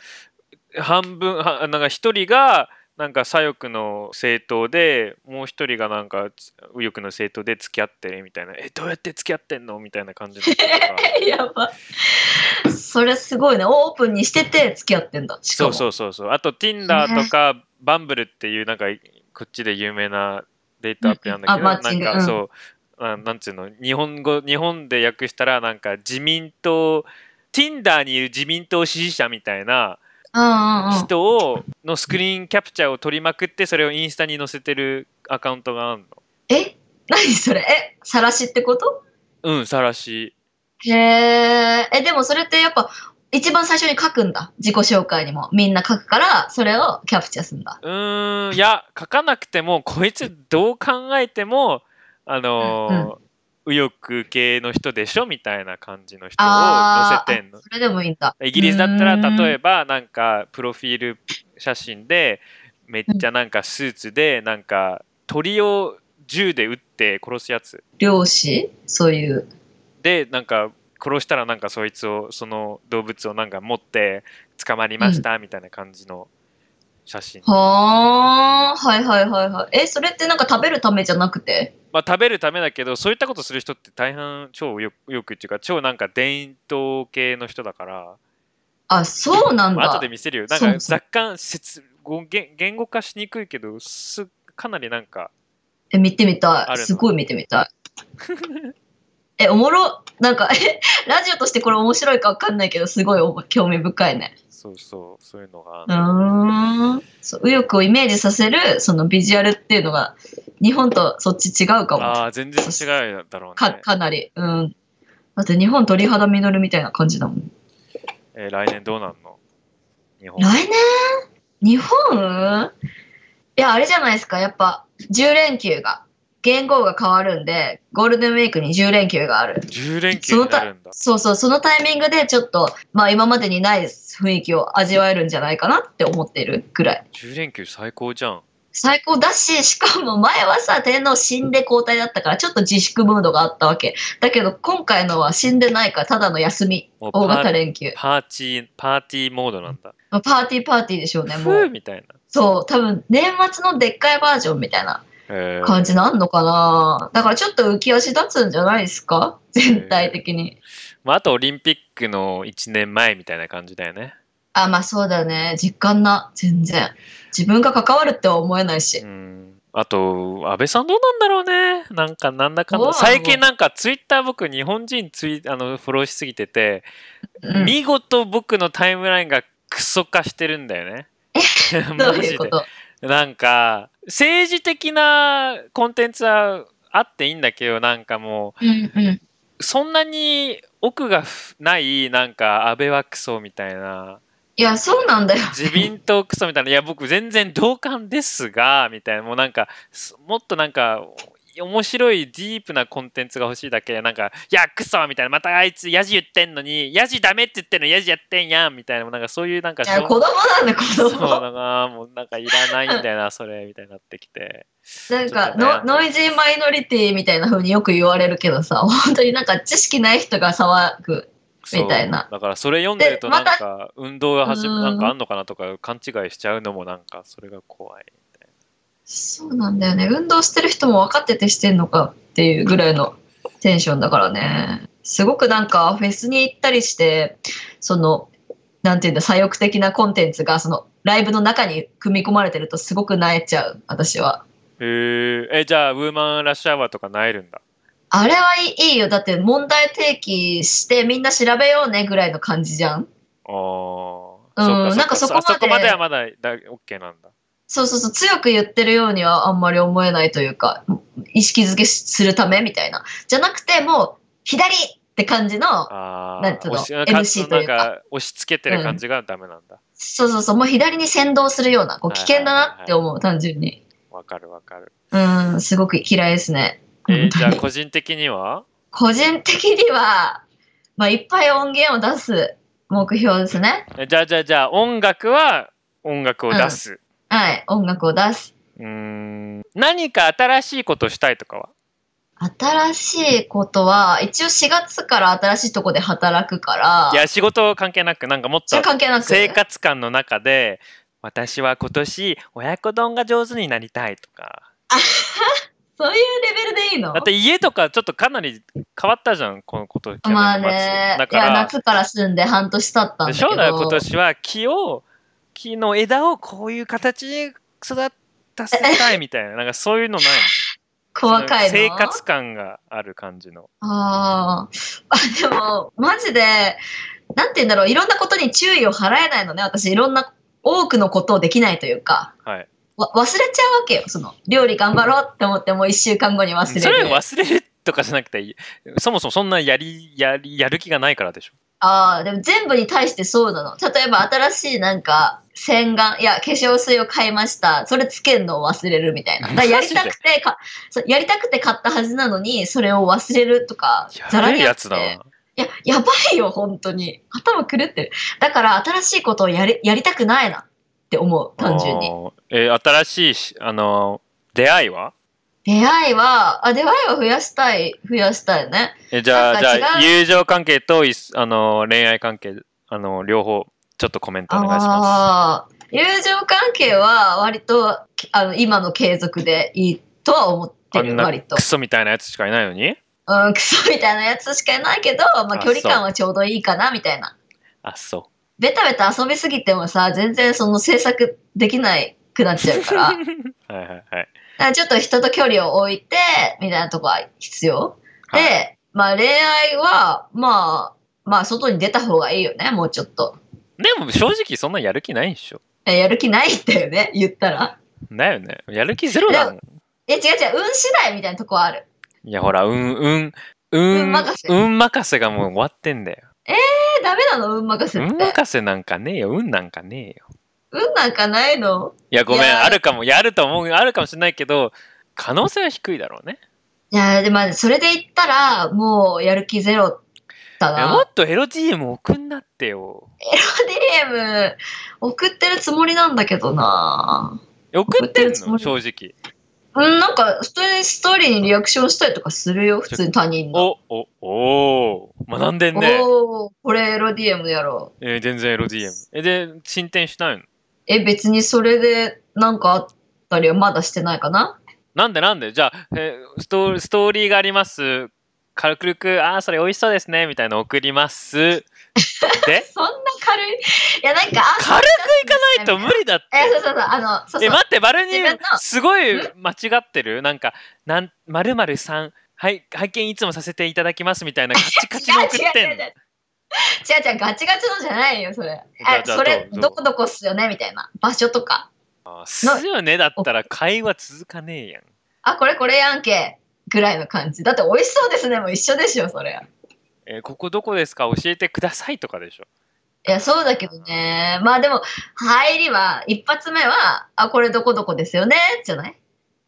S3: 半分、はなんか一人がなんか左翼の政党でもう一人がなんか右翼の政党で付き合ってみたいなえどうやって付き合ってんのみたいな感じの人と か
S2: やば。それすごいね。オープンにしてて付き合ってんだ。しか
S3: そ
S2: も
S3: うそうそうそうあと Tinder とか Bumble っていうなんかこっちで有名なデートアプリなんだけ
S2: うんうんあマ
S3: ど
S2: ッ
S3: な
S2: チン
S3: ん
S2: グ
S3: かそうあなんつうの日本語日本で訳したらなんか自民党 Tinder にいる自民党支持者みたいな
S2: うんうんうん。
S3: 人をのスクリーンキャプチャーを取りまくってそれをインスタに載せてるアカウントがあるの
S2: え何それえ晒しってこと
S3: うんさらし
S2: へえ。え、でもそれってやっぱ一番最初に書くんだ。自己紹介にも。みんな書くから、それをキャプチャーするんだ。
S3: うーんいや書かなくてもこいつどう考えてもあのー
S2: うん
S3: 右翼系の人でしょみたいな感じの人を載
S2: あー
S3: せてんの
S2: それでもいいんだ。
S3: イギリスだった
S2: う
S3: ら
S2: ーん
S3: 例えばなんかプロフィール写真でめっちゃなんかスーツでなんか鳥を銃で撃って殺すやつ
S2: 漁師そういう。
S3: でなんか殺したらなんかそいつをその動物をなんか持って捕まりましたみたいな感じの写真、
S2: はあ、はいはいはいはい。え、それってなんか食べるためじゃなくて
S3: まあ食べるためだけどそういったことする人って大半超よよくっていうか超なんか伝統系の人だから、
S2: あ、そうなん
S3: まあ、
S2: だ
S3: 後で。見せるよなん
S2: そうそ
S3: か
S2: う
S3: 雑感説語言言語化しにくいけどすかなりなんか
S2: え、見てみた
S3: あ
S2: い。
S3: るの
S2: すごい見てみたい。え、おもろ、なんか、え、ラジオとしてこれ面白いかわかんないけど、すごいおも興味深いね。
S3: そうそうそういうのがあ
S2: う
S3: る
S2: ーん。そう右翼をイメージさせる、そのビジュアルっていうのが、日本とそっち違うかも。
S3: ああ全然違うだろう
S2: か、
S3: ね、
S2: かなり。うん。だって日本鳥肌実るみたいな感じだもん。
S3: えー来年どうなんの日本
S2: 来年日本いや、あれじゃないですか。やっぱ、10連休が、言語が変わるんで、ゴールデンウィークに10連休がある。
S3: 10連休になるんだ
S2: そうそう、そのタイミングでちょっと、まあ今までにない雰囲気を味わえるんじゃないかなって思ってるぐらい。
S3: 10連休最高じゃん
S2: 最高だし、しかも前はさ、天皇死んで交代だったから、ちょっと自粛ムードがあったわけ。だけど今回のは死んでないから、ただの休み。
S3: もう
S2: 大型連休。
S3: パーティー、パーティーモードなんだ。
S2: まあパーティーパーティーでしょうね、
S3: ふ
S2: も
S3: ー
S2: う。
S3: みたいな。
S2: そう、多分年末のでっかいバージョンみたいな
S3: えー
S2: 感じなんのかな。だからちょっと浮き足立つんじゃないですか全体的に。
S3: まあ、あとオリンピックの1年前みたいな感じだよね。
S2: あ、まあそうだね。実感な。全然。自分が関わるっては思えないし
S3: う。ん。あと、安倍さんどうなんだろうね。なんか、なんだかん
S2: どう
S3: だ。
S2: なの
S3: 最近なんか、ツイッター僕、日本人ツイあのフォローしすぎてて、
S2: うん
S3: 見事僕のタイムラインがクソ化してるんだよね。
S2: どう
S3: マジ
S2: い
S3: で
S2: うこと
S3: なんか、政治的なコンテンツはあっていいんだけど、なんかもう、
S2: うんうん。
S3: そんなに奥がふないなんか安倍はクソみたいない
S2: や、そうなんだよ。
S3: 自民党クソみたいないや僕全然同感ですがみたいなもうなんかすもっとなんか面白いディープなコンテンツが欲しいだけなんか「いやクソ!」みたいな「またあいつヤジ言ってんのにヤジダメって言ってんのヤジやってんやん」みたいなもうなんかそういうなんか
S2: いや、
S3: そう
S2: 子供なんだよ、子
S3: そう
S2: 供。
S3: だなもうなんかいらないんだよなそれみたいになってきて
S2: なん
S3: ちょっ
S2: か
S3: とね
S2: ノ、ノイジーマイノリティみたいな風によく言われるけどさ、 本当になんか知識ない人が騒ぐ。
S3: そう
S2: みたいな
S3: だからそれ読んでると
S2: で
S3: な
S2: ま
S3: ん
S2: た
S3: か運動が始
S2: う
S3: め
S2: ん
S3: なんかあんのかなとか勘違いしちゃうのもなんかそれが怖い
S2: そうなんだよね。運動してる人も分かっててしてんのかっていうぐらいのテンションだからね。すごくなんかフェスに行ったりして、その、なんていうんだ、左翼的なコンテンツが、その、ライブの中に組み込まれてるとすごく萎えちゃう、私は。
S3: へーえじゃあウーマンラッシュアワーとかなえるんだ
S2: あれはいいいいよ。だって問題提起してみんな調べようねぐらいの感じじゃん。
S3: あー
S2: うん
S3: そっ
S2: なんかそこ
S3: っ
S2: まで
S3: あそこまではまだだ OK なんだ
S2: そうそうそう、強く言ってるようにはあんまり思えないというか、意識づけするためみたいな。じゃなくて、もう、左って感じの、
S3: あ
S2: なんて
S3: あ
S2: いうの
S3: なん
S2: MC というか
S3: なんか押し付けてる感じがダメなんだ
S2: そうそうそう、もう左に先導するような、こう
S3: はい
S2: 危
S3: はい
S2: 険だなって思う、単純に。
S3: わ、かるわかる
S2: うん、すごく嫌いですね。
S3: えー
S2: 本
S3: じ
S2: 当
S3: ゃあ
S2: に
S3: 個人的には
S2: 個人的には、まあ、いっぱい音源を出す目標ですね。
S3: えじゃあじゃあじゃあ音楽は音楽を出す、
S2: はい、音楽を出す。
S3: うーん何か新しいことしたいとかは
S2: 新しいことは、一応4月から新しいとこで働くから
S3: い、や仕事関係なくなんかもっ
S2: それ
S3: と
S2: 関係なく。
S3: 生活感の中で私は今年親子丼が上手になりたいとか
S2: そういうレベルでいいの
S3: だって家とかちょっとかなり変わったじゃんこのこと去年の
S2: まあね
S3: 末だ
S2: い
S3: か
S2: や
S3: ら
S2: 夏から住んで半年経ったんだけど
S3: 将来今年は木を木の枝をこういう形に育たせたいみたいななんかそういうのない
S2: 細かいの
S3: 生活感がある感じの
S2: あー あ、でも、マジで、なんて言うんだろう、いろんなことに注意を払えないのね、私、いろんな、多くのことをできないというか、
S3: はい
S2: わ忘れちゃうわけよ、その、料理頑張ろうって思って、もう一週間後に忘れる。
S3: それ忘れるとかじゃなくていいそもそもそんなやりやりやる気がないからでしょ
S2: ああ、でも全部に対してそうなの。例えば、新しいなんか、洗顔、いや、化粧水を買いました。それつけるのを忘れるみたいな。だからやりたく てか、そうやりたくて買ったはずなのに、それを忘れるとか、ざ
S3: や
S2: ら
S3: べ
S2: にあ
S3: えや
S2: って
S3: つだない
S2: や、やばいよ、本当に。頭狂ってる。だから、新しいことをやり、やりたくないなって思う、単純
S3: あ
S2: に。
S3: ーえー新しいしあのー出会いは
S2: 出会いは、あ、出会いは増やしたい、増やしたいね。
S3: えじ
S2: な
S3: ゃあ
S2: ん
S3: じ
S2: か違う
S3: ゃあ友情関係といあのー恋愛関係あのー両方ちょっとコメントお願いしま
S2: ああー、友情関係は、割と、あの、今の継続でいいとは思っ
S3: すあ
S2: て
S3: ん
S2: る、
S3: な
S2: 割と
S3: ク。ソみたいなやつしかいないのに
S2: うん、クソみたいなやつしかいないけど、ま
S3: あ
S2: あ、距離感はちょうどいいかな、みたいな。
S3: あそ
S2: ベタベタ遊びすぎてもさ、全然その制作できないくなっちゃう から。
S3: うはいはいはい
S2: だからちょっと人と距離を置いて、みたいなとこは必要。で、
S3: はい
S2: まあ恋愛は、まあ、まあ外に出た方がいいよね、もうちょっと。
S3: でも正直そんなやる気ないんでしょ
S2: えやる気ないんだよね、言ったら。
S3: だよねやる気ゼロだもん
S2: え、違う違う、運次第みたいなとこはある。
S3: いやほらうんうんうん
S2: 運任せ
S3: 運任せがもう終わってんだよ
S2: え、ダメなの運任せって。
S3: 運任せなんかねえよ運なんかねえよ
S2: 運なんかないの
S3: いやごめん
S2: いや
S3: あるかもやると思うあるかもしれないけど可能性は低いだろうね
S2: いや、でも、まあそれで言ったら、もうやる気ゼロだ
S3: いやも
S2: な。
S3: っとエロ DM 送んなってよ
S2: DM 送ってるつもりなんだけどな。
S3: 送っ
S2: 送って
S3: てん
S2: るつも
S3: の
S2: り
S3: 正直
S2: うん、なんか、普通にストーリーにリアクションしたりとかするよ、普通に他人の。
S3: おおおー学んでんね
S2: おお、これエロ DM やろう。
S3: えー全然エロ DM えで進展しないの
S2: え、別にそれでなんかあったりはまだしてないかな
S3: なんでなんでじゃあ、えーストーストーリーがあります軽くああそれ美味しそうですねみたいなの送ります で
S2: そんな軽い。いや、なんか、あ
S3: 軽くいかないと無理だって
S2: え、そうそうそう、あの、そうそ
S3: え
S2: う。
S3: 待ってバルニ
S2: 自
S3: ー
S2: 分の
S3: すごい間違ってるなんかなん〇〇さんはい拝見いつもさせていただきますみたいなカチカチ
S2: 違う
S3: の
S2: 違う
S3: 送って ん
S2: 違う違
S3: の
S2: う。違う違う、ガチガチのじゃないよ、それ。
S3: じゃあ
S2: え、
S3: じゃあ
S2: それ、
S3: どう
S2: どこどこっすよねみたいな。場所とか。
S3: あすよねだったら会話続かねえやん
S2: あ、これこれやんけ。ぐらいの感じ。だって、美味しそうですね。もう一緒でしょ、それ。
S3: えーここどこですか教えてくださいとかでしょ
S2: いや、そうだけどね。まあでも、入りは、一発目は、あ、これどこどこですよねじゃない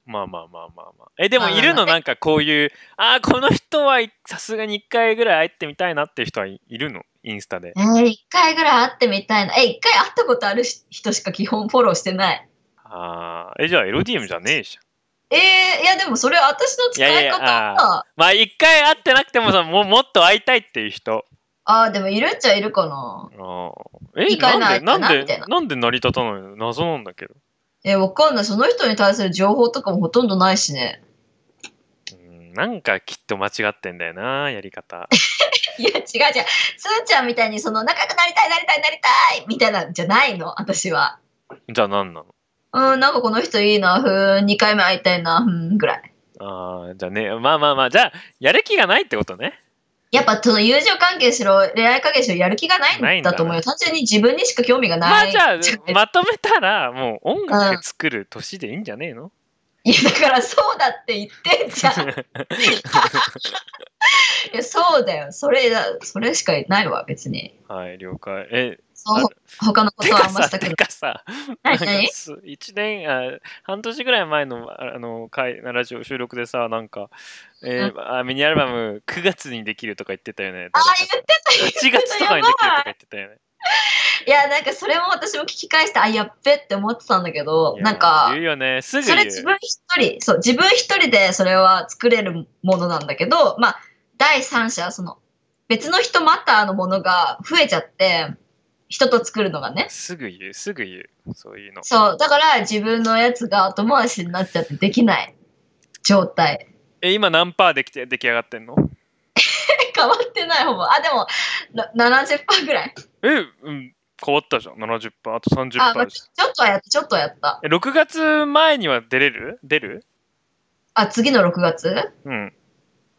S3: まあまあまあまあまあえでも
S2: まあまあ
S3: いるのなんかこういうあーこの人はさすがに1回ぐらい会ってみたいなっていう人はいいるのインスタで
S2: えー、一回ぐらい会ってみたいな。え、一回会ったことあるし人しか基本フォローしてない。
S3: あーえじゃあ LDM じゃねえじゃん
S2: えー、いやでもそれ私の使
S3: いやい
S2: い
S3: や
S2: 方
S3: あ
S2: は、
S3: まあ1回会ってなくてもさもうもっと会いたいっていう人
S2: ああー、でもいるっちゃいるかな。
S3: あーえ
S2: 意外な
S3: な
S2: 相手だな
S3: んでな
S2: み
S3: ん
S2: たい
S3: で
S2: な
S3: なんで成り立たないの謎なんだけど
S2: えー、わかんない。その人に対する情報とかもほとんどないしね。
S3: うんなんかきっと間違ってんだよなやり方
S2: いや、違う違う。すーちゃんみたいに、その、仲良くなりたい、なりたい、なりたいみたいなんじゃないの、私は。
S3: じゃあ何なの
S2: うん、なんかこの人いいな、ふーん、2回目会いたいな、ふーん、ぐらい。
S3: ああ、じゃあね、まあまあまあ、じゃあ、やる気がないってことね。
S2: やっぱその友情関係しろ恋愛関係しろやる気がな
S3: ない
S2: い
S3: ん
S2: んだ
S3: だな
S2: と思うよ単純に自分にしか興味が
S3: ま
S2: な
S3: あ
S2: い
S3: じゃあ
S2: じゃ、ない
S3: まとめたら、もう音楽作る年でいいんじゃねえの、
S2: いやだからそうだって言ってんじゃ んいやそうだよそれだそれしかないわ別に
S3: はい、了解。え、
S2: そう他のこ
S3: て
S2: とはあ
S3: か
S2: んまし
S3: さ、
S2: たけ
S3: て
S2: ど
S3: かさ、 なん
S2: 何
S3: か
S2: 何
S3: す1年あ、半年ぐらい前のああの回ラジオ収録でさ、なんか、えーあミニアルバム9月にできるとか言ってたよね。
S2: ああ言ってた言ってた
S3: 1月とかにできるとか言ってたよね。
S2: いやなんかそれも私も聞き返してあやっべって思ってたんだけど
S3: いや
S2: なんか
S3: 言うよね、すぐ
S2: そ
S3: 言
S2: れ
S3: う。
S2: 自分一人そう自分一人でそれは作れるものなんだけどまあ第三者その別の人またのものが増えちゃって人と作るのがね。
S3: すぐ言う、すぐ言う。そういうの。
S2: そう。だから自分のやつが後回しになっちゃってできない状態。
S3: え、今何パーできて出来上がってんの
S2: 変わってないほぼ。あ、でも、な70%ぐらい。
S3: え、うん、変わったじゃん。70%、あと30%じゃ
S2: あ、まあ
S3: ん
S2: ち。ょっとはやった、ちょっとはやった。
S3: え6月前には出れる出る
S2: あ、次の6月
S3: うん。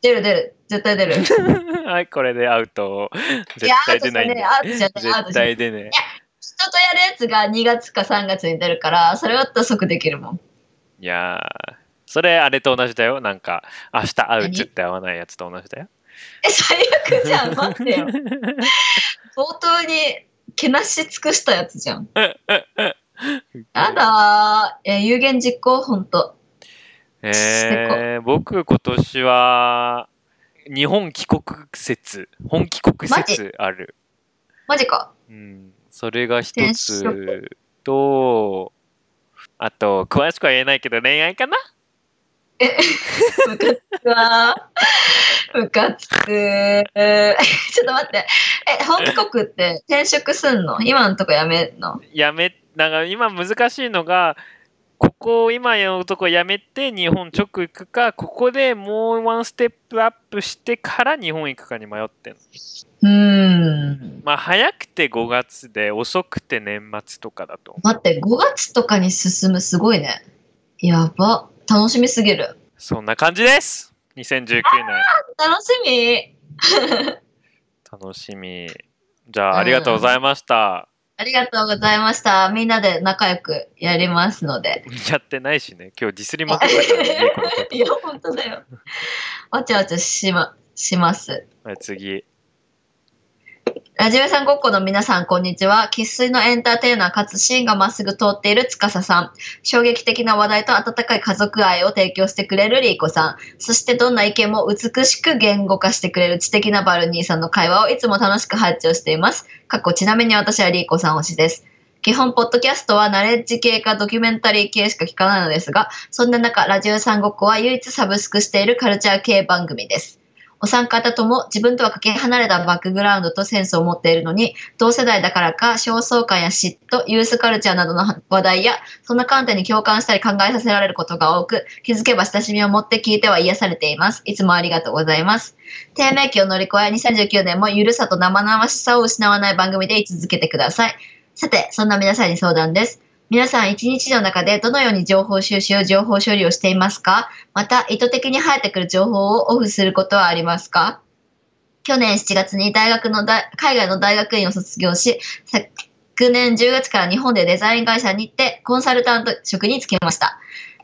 S2: 出る出る。絶対出る。
S3: はい、これでアウト。
S2: いや
S3: 絶対出ないんだ。
S2: アウトじゃねえアウト
S3: 絶
S2: じゃねえ
S3: 対出ね
S2: 人とやるやつが2月か3月に出るから、それだったら即できるもん。
S3: え。いやー、それあれと同じだよ。なんか、明日会う
S2: 何
S3: 絶対会わないやつと同じだよ。
S2: え、最悪じゃん。待 ってよ。冒頭に、けなし尽くしたやつじゃん。やだー。え、有言実行、ほんと。
S3: えー、僕今年は、日本帰国説、本帰国説ある。
S2: マジか。
S3: うん、それが一
S2: 転
S3: つ
S2: 職
S3: と、あと、詳しくは言えないけど恋愛かな
S2: むかつく わー。むか つくー。ちょっと待って。え、本帰国って転職すんの今のとこやめんの
S3: やめ、なんか今難しいのが、ここ、今のとこやめて日本直行くか、ここでもうワンステップアップしてから日本行くかに迷ってんの。
S2: うーん。
S3: まあ早くて5月で遅くて年末とかだと思う。
S2: 待って、5月とかに進む、すごいね。やば。楽しみすぎる。
S3: そんな感じです。2019年。
S2: 楽しみ
S3: 楽しみ。じゃあありがとうございました。
S2: ありがとうございました。みんなで仲良くやりますので。
S3: やってないしね。今日ディスりまくったからね、この
S2: いや、本当だよ。わちゃわちゃしま、します。
S3: はい次。
S2: ラジオ屋さんごっこの皆さん、こんにちは。生粋のエンターテイナーかつ芯がまっすぐ通っている司さん。衝撃的な話題と温かい家族愛を提供してくれるリーコさん。そしてどんな意見も美しく言語化してくれる知的なバルニーさんの会話をいつも楽しく拝聴しています。過去ちなみに私はリーコさん推しです。基本、ポッドキャストはナレッジ系かドキュメンタリー系しか聞かないのですが、そんな中、ラジオ屋さんごっこは唯一サブスクしているカルチャー系番組です。お三方とも自分とはかけ離れたバックグラウンドとセンスを持っているのに、同世代だからか、焦燥感や嫉妬、ユースカルチャーなどの話題や、そんな観点に共感したり考えさせられることが多く、気づけば親しみを持って聞いては癒されています。いつもありがとうございます。低迷期を乗り越え、2019年もゆるさと生々しさを失わない番組で居続けてください。さて、そんな皆さんに相談です。皆さん一日の中でどのように情報収集、情報処理をしていますかまた意図的に生えてくる情報をオフすることはありますか去年7月に大学の大海外の大学院を卒業し昨年10月から日本でデザイン会社に行ってコンサルタント職に就きました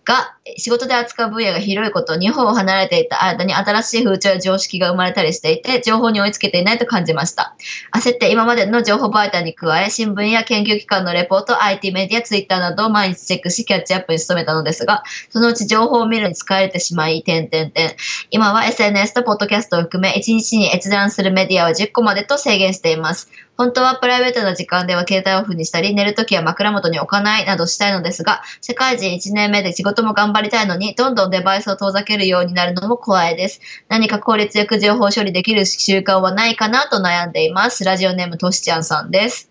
S2: が仕事で扱う分野が広いこと日本を離れていた間に新しい風潮や常識が生まれたりしていて情報に追いつけていないと感じました焦って今までの情報媒体に加え新聞や研究機関のレポート IT メディア Twitter などを毎日チェックしキャッチアップに努めたのですがそのうち情報を見るに疲れてしまい、点々点。今は SNS とポッドキャストを含め、1日に閲覧するメディアは10個までと制限しています。本当はプライベートな時間では携帯オフにしたり、寝るときは枕元に置かないなどしたいのですが、社会人1年目で仕事も頑張りたいのに、どんどんデバイスを遠ざけるようになるのも怖いです。何か効率よく情報処理できる習慣はないかなと悩んでいます。ラジオネームとしちゃんさんです。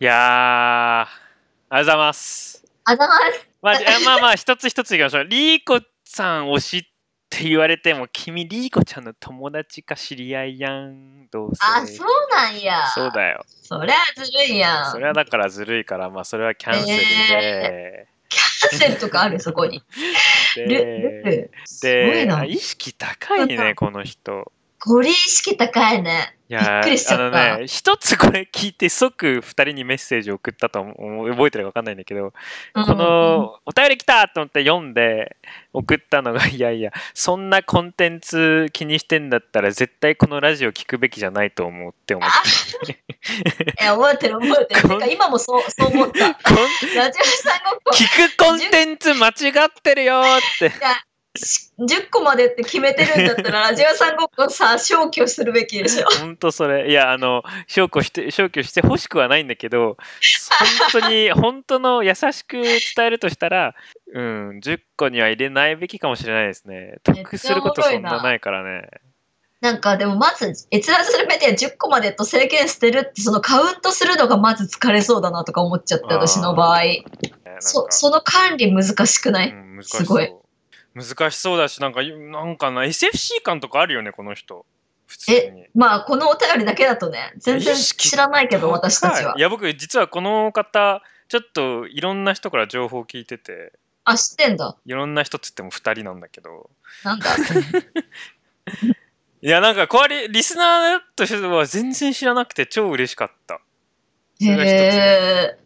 S3: いやー、ありがとうございます。
S2: あざます。
S3: まあ、じゃあまあまあ、一つ一ついきましょう。リーコさん推しって言われても、君、リーコちゃんの友達か知り合いやん。どうせ。
S2: あ、そうなんや。
S3: そうだよ。
S2: そりゃずるいやん。
S3: それはだからずるいから、まあ、それはキャンセルで。
S2: キャンセルとかあるそこに。ル
S3: で、
S2: ルすごい
S3: で
S2: な
S3: あ。意識高いね、この人。
S2: ゴリ意識高いね。
S3: いや
S2: びっくりしち
S3: ー
S2: ゃ
S3: あ
S2: っ
S3: の
S2: た
S3: ね、一つこれ聞いて即二人にメッセージ送ったと思う覚えてるか分かんないんだけど、
S2: うん
S3: このお便り来たと思って読んで送ったのが、いやいや、そんなコンテンツ気にしてんだったら絶対このラジオ聞くべきじゃないと思うって思って。
S2: え、覚えてる覚えてる。
S3: こ
S2: てか今もそう、そう思 った。ラ
S3: コン
S2: ジオ屋さんごっこ
S3: 聞くコンテンツ間違ってるよーって。
S2: し10個までって決めてるんだった ら、ラジオ屋さんごっこさ、消去するべきでしょ。
S3: ほんとそれ。いや、あの、消去して、消去してほしくはないんだけど、本当 に、本当の優しく伝えるとしたら、うん、10個には入れないべきかもしれないですね。得することそんなないからね。
S2: なんかでもまず閲覧するメディア10個までと制限してるってそのカウントするのがまず疲れそうだなとか思っちゃって
S3: あー
S2: 私の場合
S3: なんか
S2: そその管理難しくない、
S3: うん、難し
S2: すごい
S3: 難しそうだし、なんか、なんかな、SFC 感とかあるよね、この人。普通に。
S2: まあこのお便りだけだとね全然
S3: 意識
S2: 知らないけど私たちはい
S3: や、僕、実はこの方、ちょっといろんな人から情報を聞いてて、
S2: あ知ってんだ
S3: いろんな人っつっても2人なんだけど。
S2: なんだ
S3: いや、なんか、これ、リスナーとしては全然知らなくて超嬉しかった。それが一つ目
S2: へ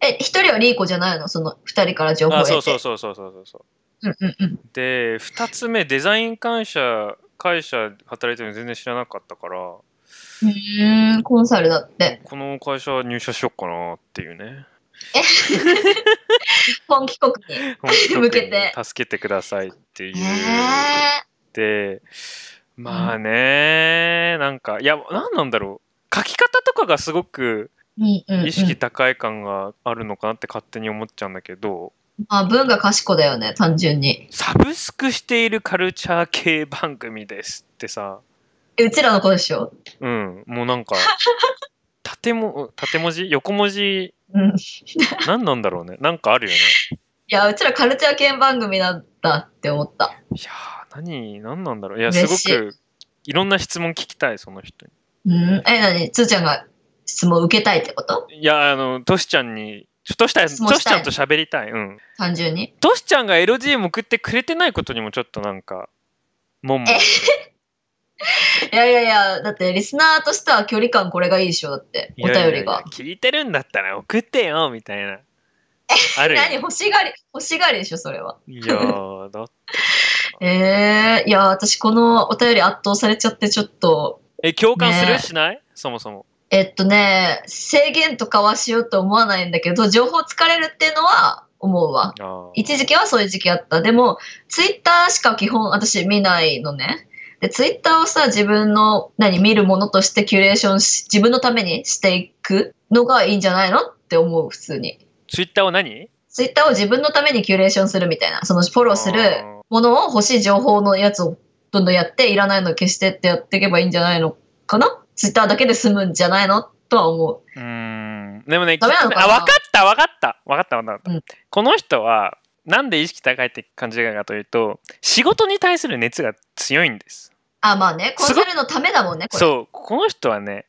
S2: ーえ一人はリーコじゃないのその二人から情報を
S3: あ、
S2: 得て
S3: そうそうそうそうそうそう
S2: う
S3: そう。
S2: んうんうん
S3: で2つ目デザイン感謝会社働いてるの全然知らなかったからこ
S2: うーんコンサルだって
S3: の会社入社しよっかなっていうね
S2: 本帰国に 向けて
S3: 助けてくださいっていう
S2: へえ
S3: でまあねなんかいや何なんだろう書き方とかがすごく
S2: うんうんうん
S3: 意識高い感があるのかなって勝手に思っちゃうんだけど
S2: まあ文が賢だよね単純に
S3: サブスクしているカルチャー系番組ですってさ
S2: えうちらの子でしょ
S3: うん、もうな んか、縦も、縦文字横文字
S2: うんい
S3: 何なんだろうね。なんかあるよね。
S2: やうちらカルチャー系番組なんだって思った
S3: いやー、何、何なんだろう。いや、す
S2: 嬉
S3: ご
S2: しい
S3: く、いろんな質問聞きたい、その人
S2: うんえ何つーちゃんが質問を受けたいってこと
S3: に。いや、あの、トシちゃんに、ちょトシちゃん、ト
S2: 質問
S3: シ
S2: し
S3: ちゃ
S2: た
S3: ん
S2: い
S3: と喋りたい。うん。
S2: 単純に
S3: トシちゃんが LG も送ってくれてないことにもちょっとなんか、もんもん。
S2: いやいやいやだってリスナーとしては距離感これがいいでしょだってお便りが
S3: いやいやいや聞いてるんだったら送ってよ、みたいな。あるよ
S2: 何欲しがり欲しがりでしょそれはい
S3: やー、だ
S2: えー、いや私このお便り圧倒されちゃってちょっと
S3: え、共感する、
S2: ね
S3: しないそもそも。
S2: えっとね、制限とかはしようと思わないんだけど、情報疲れるっていうのは思うわ。
S3: あー
S2: 一時期はそういう時期あった。でも、ツイッターしか基本私見ないのね。で、ツイッターをさ、自分の、何、見るものとしてキュレーションし、自分のためにしていくのがいいんじゃないのって思う、普通に。
S3: ツイッターは何
S2: ツイッターを自分のためにキュレーションするみたいな、そのフォローす
S3: あ
S2: る
S3: ー
S2: ものを欲しい情報のやつをどんどんやって、いらないの消してってやっていけばいいんじゃないのかなツイッターだけで済むんじゃないのとは思う。
S3: うーんでもね、
S2: ダメなの
S3: きっとね
S2: か
S3: あ、
S2: な
S3: 分かった、分かった、分かった、分かった。
S2: うん
S3: この人は、なんで意識高いって感じがかというと、仕事に対する熱が強いんです。
S2: あ、まあね、コン
S3: す
S2: サ
S3: ご
S2: ルのためだもんね、これ。
S3: そう、この人はね、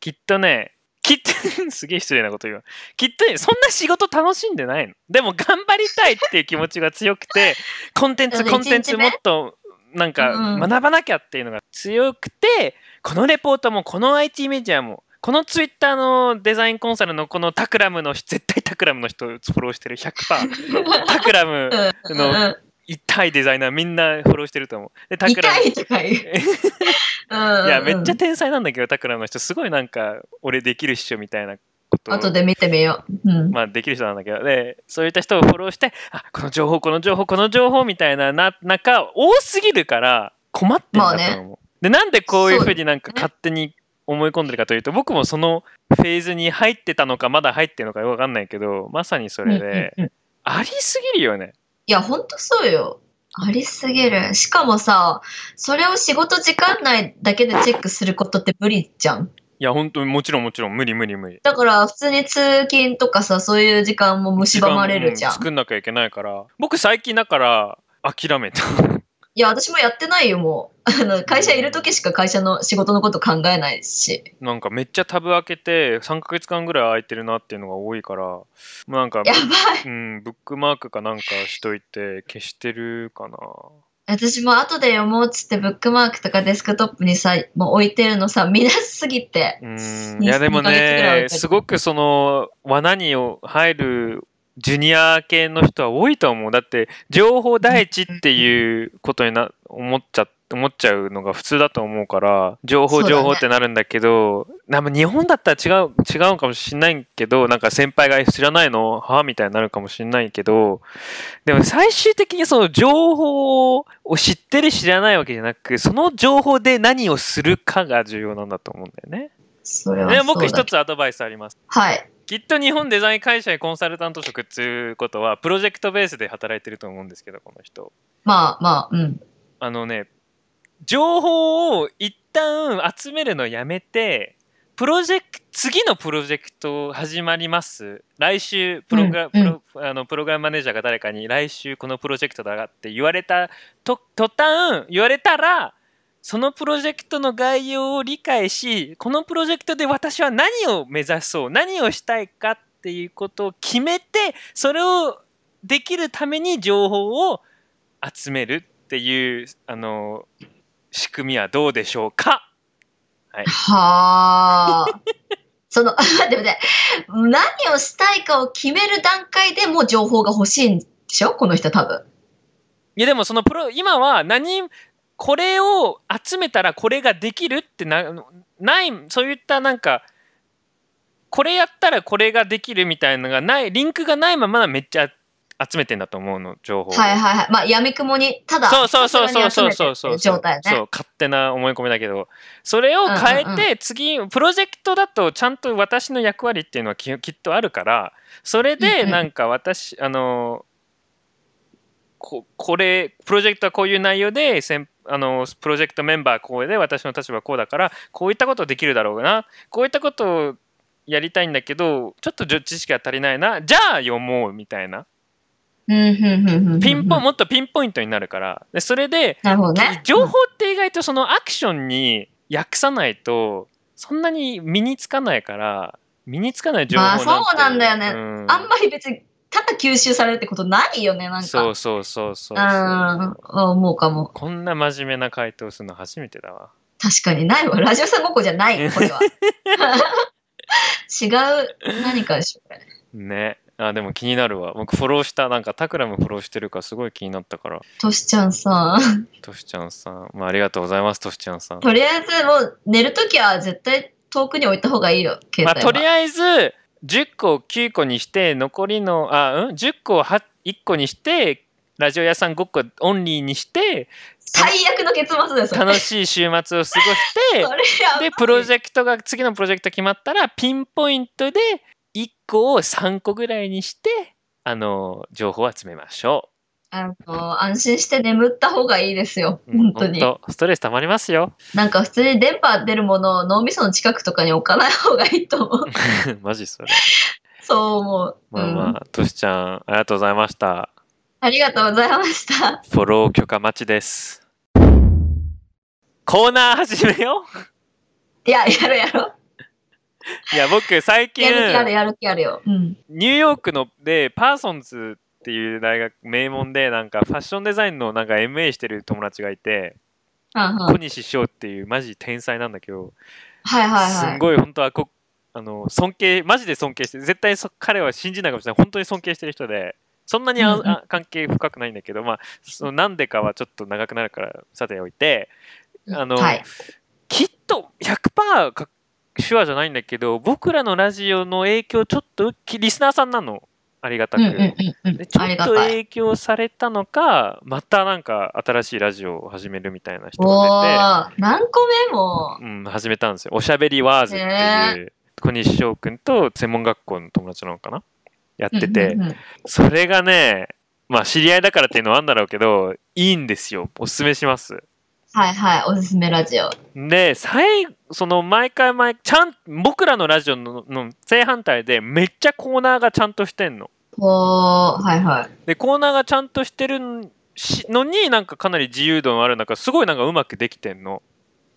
S3: きっとね、きっと、 すげえ失礼なこと言うわ。きっとね、そんな仕事楽しんでないの。でも、頑張りたいっていう気持ちが強くて、コンテンツ、
S2: なので
S3: コンテンツ
S2: 一日
S3: も
S2: 目
S3: っと、なんか、
S2: うん
S3: 学ばなきゃっていうのが強くて、このレポートも、この IT メディアも、このツイッターのデザインコンサルのこのタクラムの絶対タクラムの人フォローしてる100% タクラム
S2: うん
S3: の
S2: うん
S3: 痛いデザイナーみんなフォローしてると思うでタクラム
S2: 痛いとか 言う。
S3: いやめっちゃ
S2: ゃ。
S3: 天才なんだけどタクラの人すごいなんか俺できるっしょみたいなことを
S2: 後で見てみよう。うん。
S3: まあできる人なんだけどでそういった人をフォローしてあこの情報この情報この情報みたいなな中多すぎるから困ってんだと思う、
S2: ま
S3: でなんでこういうふうになんか
S2: そうですね
S3: 勝手に思い込んでるかというと僕もそのフェーズに入ってたのかまだ入ってるのかよくわかんないけどまさにそれで、
S2: うんうんうん
S3: ありすぎるよね
S2: いや、ほんとそうよ。ありすぎる。しかもさ、それを仕事時間内だけでチェックすることって無理じゃん。
S3: いや本当にもちろんもちろん無理無理無理
S2: だから、普通に通勤とかさ、そういう時間も蝕まれるじゃん。
S3: 時間もう作んなきゃいけないから僕最近だから諦めた
S2: いや、私もやってないよ、もう。 あの、会社いる時しか会社の仕事のこと考えないし。
S3: なんかめっちゃタブ開けて3ヶ月間ぐらい空いてるなっていうのが多いからもうなんか
S2: やばい。
S3: うんブックマークかなんかしといて消してるかな
S2: 私も後で読もうっつってブックマークとかデスクトップにさもう置いてるのさ見なしすぎて
S3: うーんいやでもねすごくその罠に入るジュニア系の人は多いと思うだって情報第一っていうことにな思っちゃ思っちゃうのが普通だと思うから情報
S2: そうだね
S3: 情報ってなるんだけどなんか日本だったら違う違うのかもしんないけどなんか先輩が知らないのはみたいになるかもしんないけどでも最終的にその情報を知ってる知らないわけじゃなくその情報で何をするかが重要なんだと思うんだよね。
S2: それは
S3: ね、
S2: そう
S3: 僕
S2: だ
S3: 一つアドバイスあります。
S2: はい
S3: きっと日本デザイン会社へコンサルタント職っていうことはプロジェクトベースで働いてると思うんですけどこの人
S2: まあまあうん
S3: あのね情報を一旦集めるのやめてプロジェク次のプロジェクト始まります来週プログラ,、
S2: うんうん
S3: プロあのプログラムマネージャーが誰かに来週このプロジェクトだがって言われたと途端言われたらそのプロジェクトの概要を理解しこのプロジェクトで私は何を目指そう何をしたいかっていうことを決めてそれをできるために情報を集めるっていうあの仕組みはどうでしょうか
S2: はあ。その、 でもね、何をしたいかを決める段階でもう情報が欲しいんでしょこの人多分。
S3: いやでもそのプロ今は何これを集めたらこれができるってなないそういったなんかこれやったらこれができるみたいなのがないリンクがないままめっちゃ集めてんだと思うの情報を
S2: はいはいはい。まあ、闇雲に、ただ、
S3: そうそうそうそうそうそうそう
S2: ひたすらに集めてる状態ね。
S3: そう勝手な思い込みだけどそれを変えて、
S2: うんうん
S3: 次プロジェクトだとちゃんと私の役割っていうのはききっとあるからそれ
S2: う
S3: で
S2: んうん
S3: なんか私、あのここれプロジェクトはこういう内容で先あのプロジェクトメンバーこうで私の立場はこうだからこういったことできるだろうなこういったことをやりたいんだけどちょっと知識が足りないなじゃあ読もうみたいな
S2: うん、うん、うんうん。
S3: ピンポン
S2: ン。
S3: もっとピンポイントになるからでそれで
S2: なるほどね。
S3: 情報って意外とそのアクションに訳さないとそんなに身につかないから身につかない情報
S2: まあそうなんだよねあ
S3: う
S2: んまり別に、ただ吸収されるってことないよね、なんか。
S3: そうそうそうそううそう
S2: うん、思うかも。
S3: こんな真面目な回答するの初めてだわ
S2: 確かにないわ。ラジオさんごっこじゃない、これは。違う何かでしょ、これ。
S3: ねあでも気になるわ僕フォローしたなんかタクラもフォローしてるからすごい気になったから
S2: トシちゃんさん。
S3: トシちゃんさん、まあ、ありがとうございますトシちゃんさん
S2: とりあえずもう寝るときは絶対遠くに置いた方がいいよ、携帯
S3: ま
S2: は。
S3: あ、とりあえず10個を9個にして残りのあ、うん、10個を1個にしてラジオ屋さん5個オンリーにして
S2: 最悪の結末です。
S3: 楽しい週末を過ごして
S2: それやばい
S3: でプロジェクトが次のプロジェクト決まったらピンポイントで1個を3個ぐらいにしてあの情報を集めましょ
S2: あの安心して眠った方がいいですよ、
S3: う。うん
S2: 本当に。
S3: ほんとストレスたまりますよ。
S2: なんか普通に電波出るものを脳みその近くとかに置かない方がいいと思う。
S3: マジそれ。
S2: そう思う。
S3: まあ
S2: うん
S3: まあ、としちゃんありがとうございました。
S2: ありがとうございました。
S3: フォロー許可待ちです。コーナー始めよ
S2: いや、やるやろ。
S3: う。いや僕最近
S2: やる気ある、やる気あるよ。うん。
S3: ニューヨークのでパーソンズっていう大学名門でなんかファッションデザインのなんか MA してる友達がいて
S2: はんは
S3: 小
S2: ん
S3: 西翔っていうマジ天才なんだけど
S2: はいはい
S3: す
S2: は
S3: ん
S2: い。
S3: ごい本当はこあの尊敬マジで尊敬してる絶対そ彼は信じないかもしれない本当に尊敬してる人でそんなにあ
S2: うんうん
S3: あ関係深くないんだけどまあそのなんでかはちょっと長くなるからさておいてあの、
S2: はい。
S3: きっと100%か手話じゃないんだけど僕らのラジオの影響ちょっと受けリスナーさんなのありがた
S2: う
S3: く。
S2: んうんうんうん
S3: でちょ
S2: あり
S3: っ
S2: が
S3: と
S2: たい。
S3: 影響されたのかまたなんか新しいラジオを始めるみたいな人
S2: お
S3: が
S2: ー、何個目も
S3: 出て、。うん、始めたんですよ「おしゃべりワーズ」っていう小西翔くんと専門学校の友達なのかなやってて、
S2: うんうんうん
S3: それがねまあ知り合いだからっていうのはあるんだろうけどいいんですよおすすめします
S2: はいはい、おすすめラジオ。
S3: で最後その毎回毎ちゃん僕らのラジオのの正反対でめっちゃコーナーがちゃんとしてんの
S2: おー、はいはい。
S3: でコーナーがちゃんとしてるんしのになんかかなり自由度のある中すごいなんかうまくできてんの。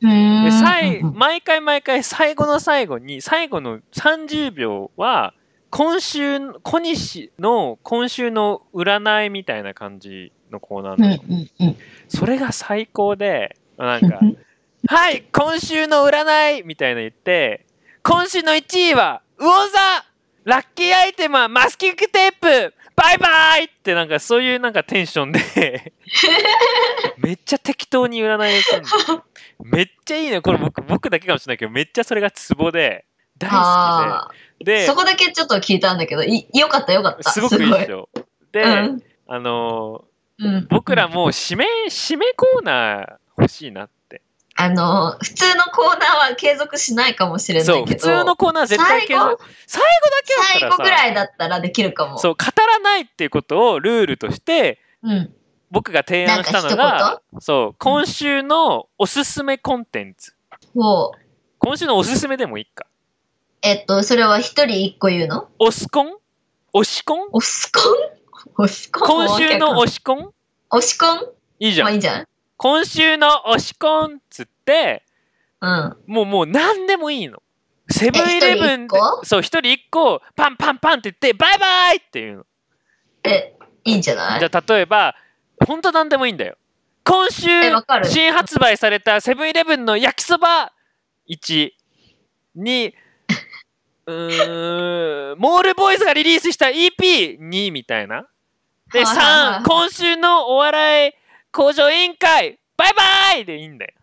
S2: うーん
S3: で最
S2: うんうん
S3: 毎回毎回最後の最後に最後の30秒は今週の小西の今週の占いみたいな感じのコーナー
S2: うん
S3: な
S2: う
S3: の。
S2: んうん
S3: それが最高でなんか「はい今週の占い!」みたいな言って今週の1位は魚座ラッキーアイテムはマスキングテープバイバイってなんかそういうなんかテンション でめっちゃ適当に占いをするのめっちゃいいねこれ僕僕だけかもしれないけどめっちゃそれがツボで大好
S2: あ
S3: き
S2: ー
S3: でで
S2: そこだけちょっと聞いたんだけど、いよかったよかった。
S3: すごくいいですよで、
S2: うん
S3: あの
S2: うん
S3: ー僕らも締め締めコーナー欲しいなって
S2: あの、普通のコーナーは継続しないかもしれな
S3: そう
S2: いけ
S3: 普
S2: ど、
S3: 通のコーナー絶対
S2: 最
S3: 継続
S2: 後、
S3: 最後だけだ
S2: 最
S3: ったらさ
S2: 後ぐらいだったらできるかも。
S3: そう語らないっていうことをルールとして
S2: うん。
S3: 僕が提案したの
S2: なん
S3: が
S2: か、
S3: そう、今週のおすすめコンテンツ。
S2: もう、
S3: 今週のおすすめでもいいか。
S2: えっと、それは一人一個言うの
S3: オスコン推しコン
S2: オスコンオスコン
S3: 今週の
S2: オ
S3: 推しコン
S2: オスコン
S3: いいじゃ
S2: まあいい
S3: ん。
S2: んじゃん
S3: 今週の推しコンっつって、
S2: うん。
S3: もうもう何でもいいの。セブンイレブ
S2: 一人
S3: ン
S2: 一個、
S3: そう、一人一個、パンパンパンって言って、バイバイっていうの。
S2: え、いいんじゃない
S3: じゃあ、例えば、本当なんでもいいんだよ。今週
S2: えわか、る
S3: 新発売されたセブンイレブンの焼きそば1、2、うーん、モールボーイズがリリースした EP2 みたいな。で、
S2: はいはいはいはい
S3: 3、今週のお笑い工場委員会、バイバイでいいんだよ。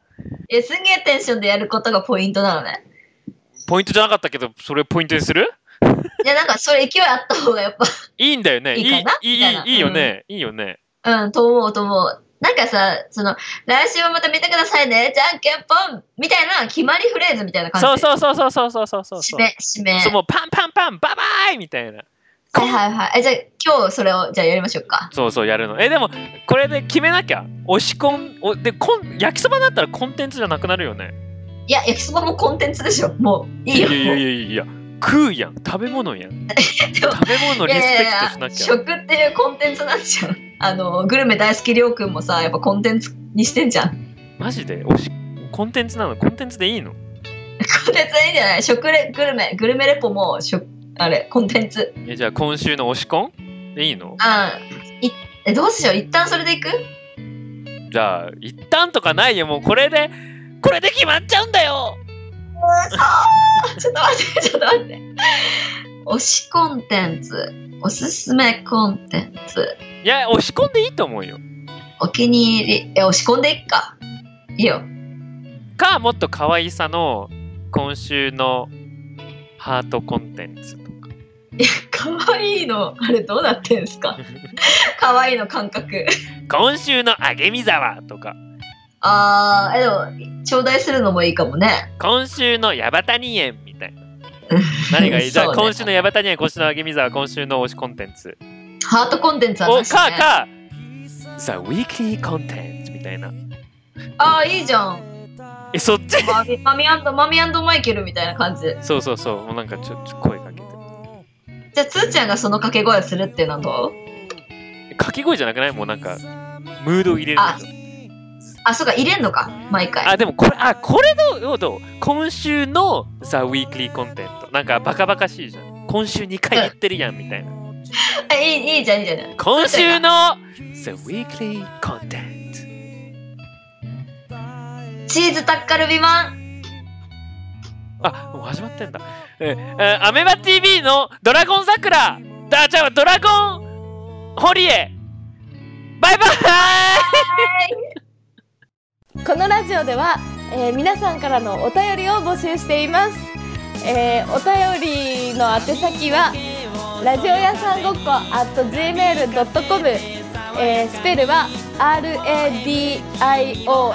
S2: え、すげえテンションでやることがポイントなのね。
S3: ポイントじゃなかったけど、それポイントにする
S2: いや、なんかそれ勢いあった方がやっ
S3: いいんだよね。い
S2: いいか
S3: い
S2: な、
S3: いい
S2: みたいな、
S3: いいよね。いいよね。
S2: ぱ、 うん、と思うと思う。なんかさ、その、来週もまた見てくださいね、じゃんけんぽんみたいな決まりフレーズみたいな感じで。
S3: そうそうそうそうそうそうそうそ
S2: 締
S3: う。
S2: め、締め。
S3: そうもうパンパンパンバイバイみたいな。
S2: はいはいはい。え、じゃあ今日それを、じゃあやりましょうか。
S3: そうそうやるの。えでもこれで決めなきゃ。押し込んおでこん焼きそばだったらコンテンツじゃなくなるよね。
S2: いや、焼きそばもコンテンツでしょ。もう、いいよ。
S3: やいやい
S2: も
S3: やいや食うやん食べ物 やん。食べ物
S2: うい
S3: リス
S2: やい
S3: ペ
S2: や
S3: クト
S2: い
S3: し
S2: や
S3: なきゃ。
S2: 食っていうコンテンツなんじゃん。あの、グルメ大好きりょうくんもさ、やっぱコンテンツにしてんじゃん。
S3: マジで押しコンテンツなのコンテンツでいいの。
S2: コンテンツいいんじゃない食レグルメグルメレポも食あれコンテンツ
S3: えじゃあ今週の押し込んでいいの。
S2: あんいえどうしよう一旦それでいく
S3: じゃあ一旦とかないよもうこれでこれで決まっちゃうんだよ。
S2: ちょっと待って ちょっと待って推しコンテンツおすすめコンテンツ
S3: いや押し込んでいいと思うよ。
S2: お気に入りえ押し込んでいっかいいよ
S3: かもっと可愛さの今週のハートコンテンツとか
S2: かわいいのあれどうなってんすかかわいいの感覚
S3: 今週のあげみざわとか
S2: あーえでも頂戴するのもいいかもね
S3: 今週の矢端に園み たいな何がいい、じゃ
S2: そ
S3: あ
S2: うね
S3: 今週の矢端に園今週のあげみざわ今週の推しコンテンツ
S2: ハートコンテンツは
S3: お
S2: なし、ね、
S3: かか The Weekly Content みたいな
S2: あーいいじゃん
S3: えそっち
S2: マミマミマミマイケルみたいな感じ
S3: そうそうそうもうなんかちょっと声かけて
S2: じゃあ、つーちゃんがその掛け声をするっていうのはどう
S3: 掛け声じゃなくないもうなんかムードを入れる
S2: ああ、そうか、入れんのか、毎回。
S3: あでもこれあこれどうどう今週の The Weekly Content なんかバカバカしいじゃん今週2回言ってるやんみたいな
S2: あ いいいいじゃん、いいじゃん。いいじゃん
S3: 今週の The Weekly Content
S2: チーズタッカルビマン。
S3: あもう始まってんだええアメバ TV のドラゴン桜だじゃあドラゴンホリエバイバイ
S5: このラジオでは、えー皆さんからのお便りを募集しています、えーお便りの宛先はラジオ屋さんごっこ at gmail.com、えースペルは radioyasangokko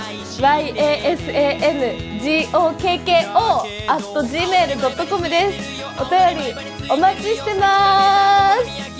S5: at gmail.com ですお便りお待ちしてます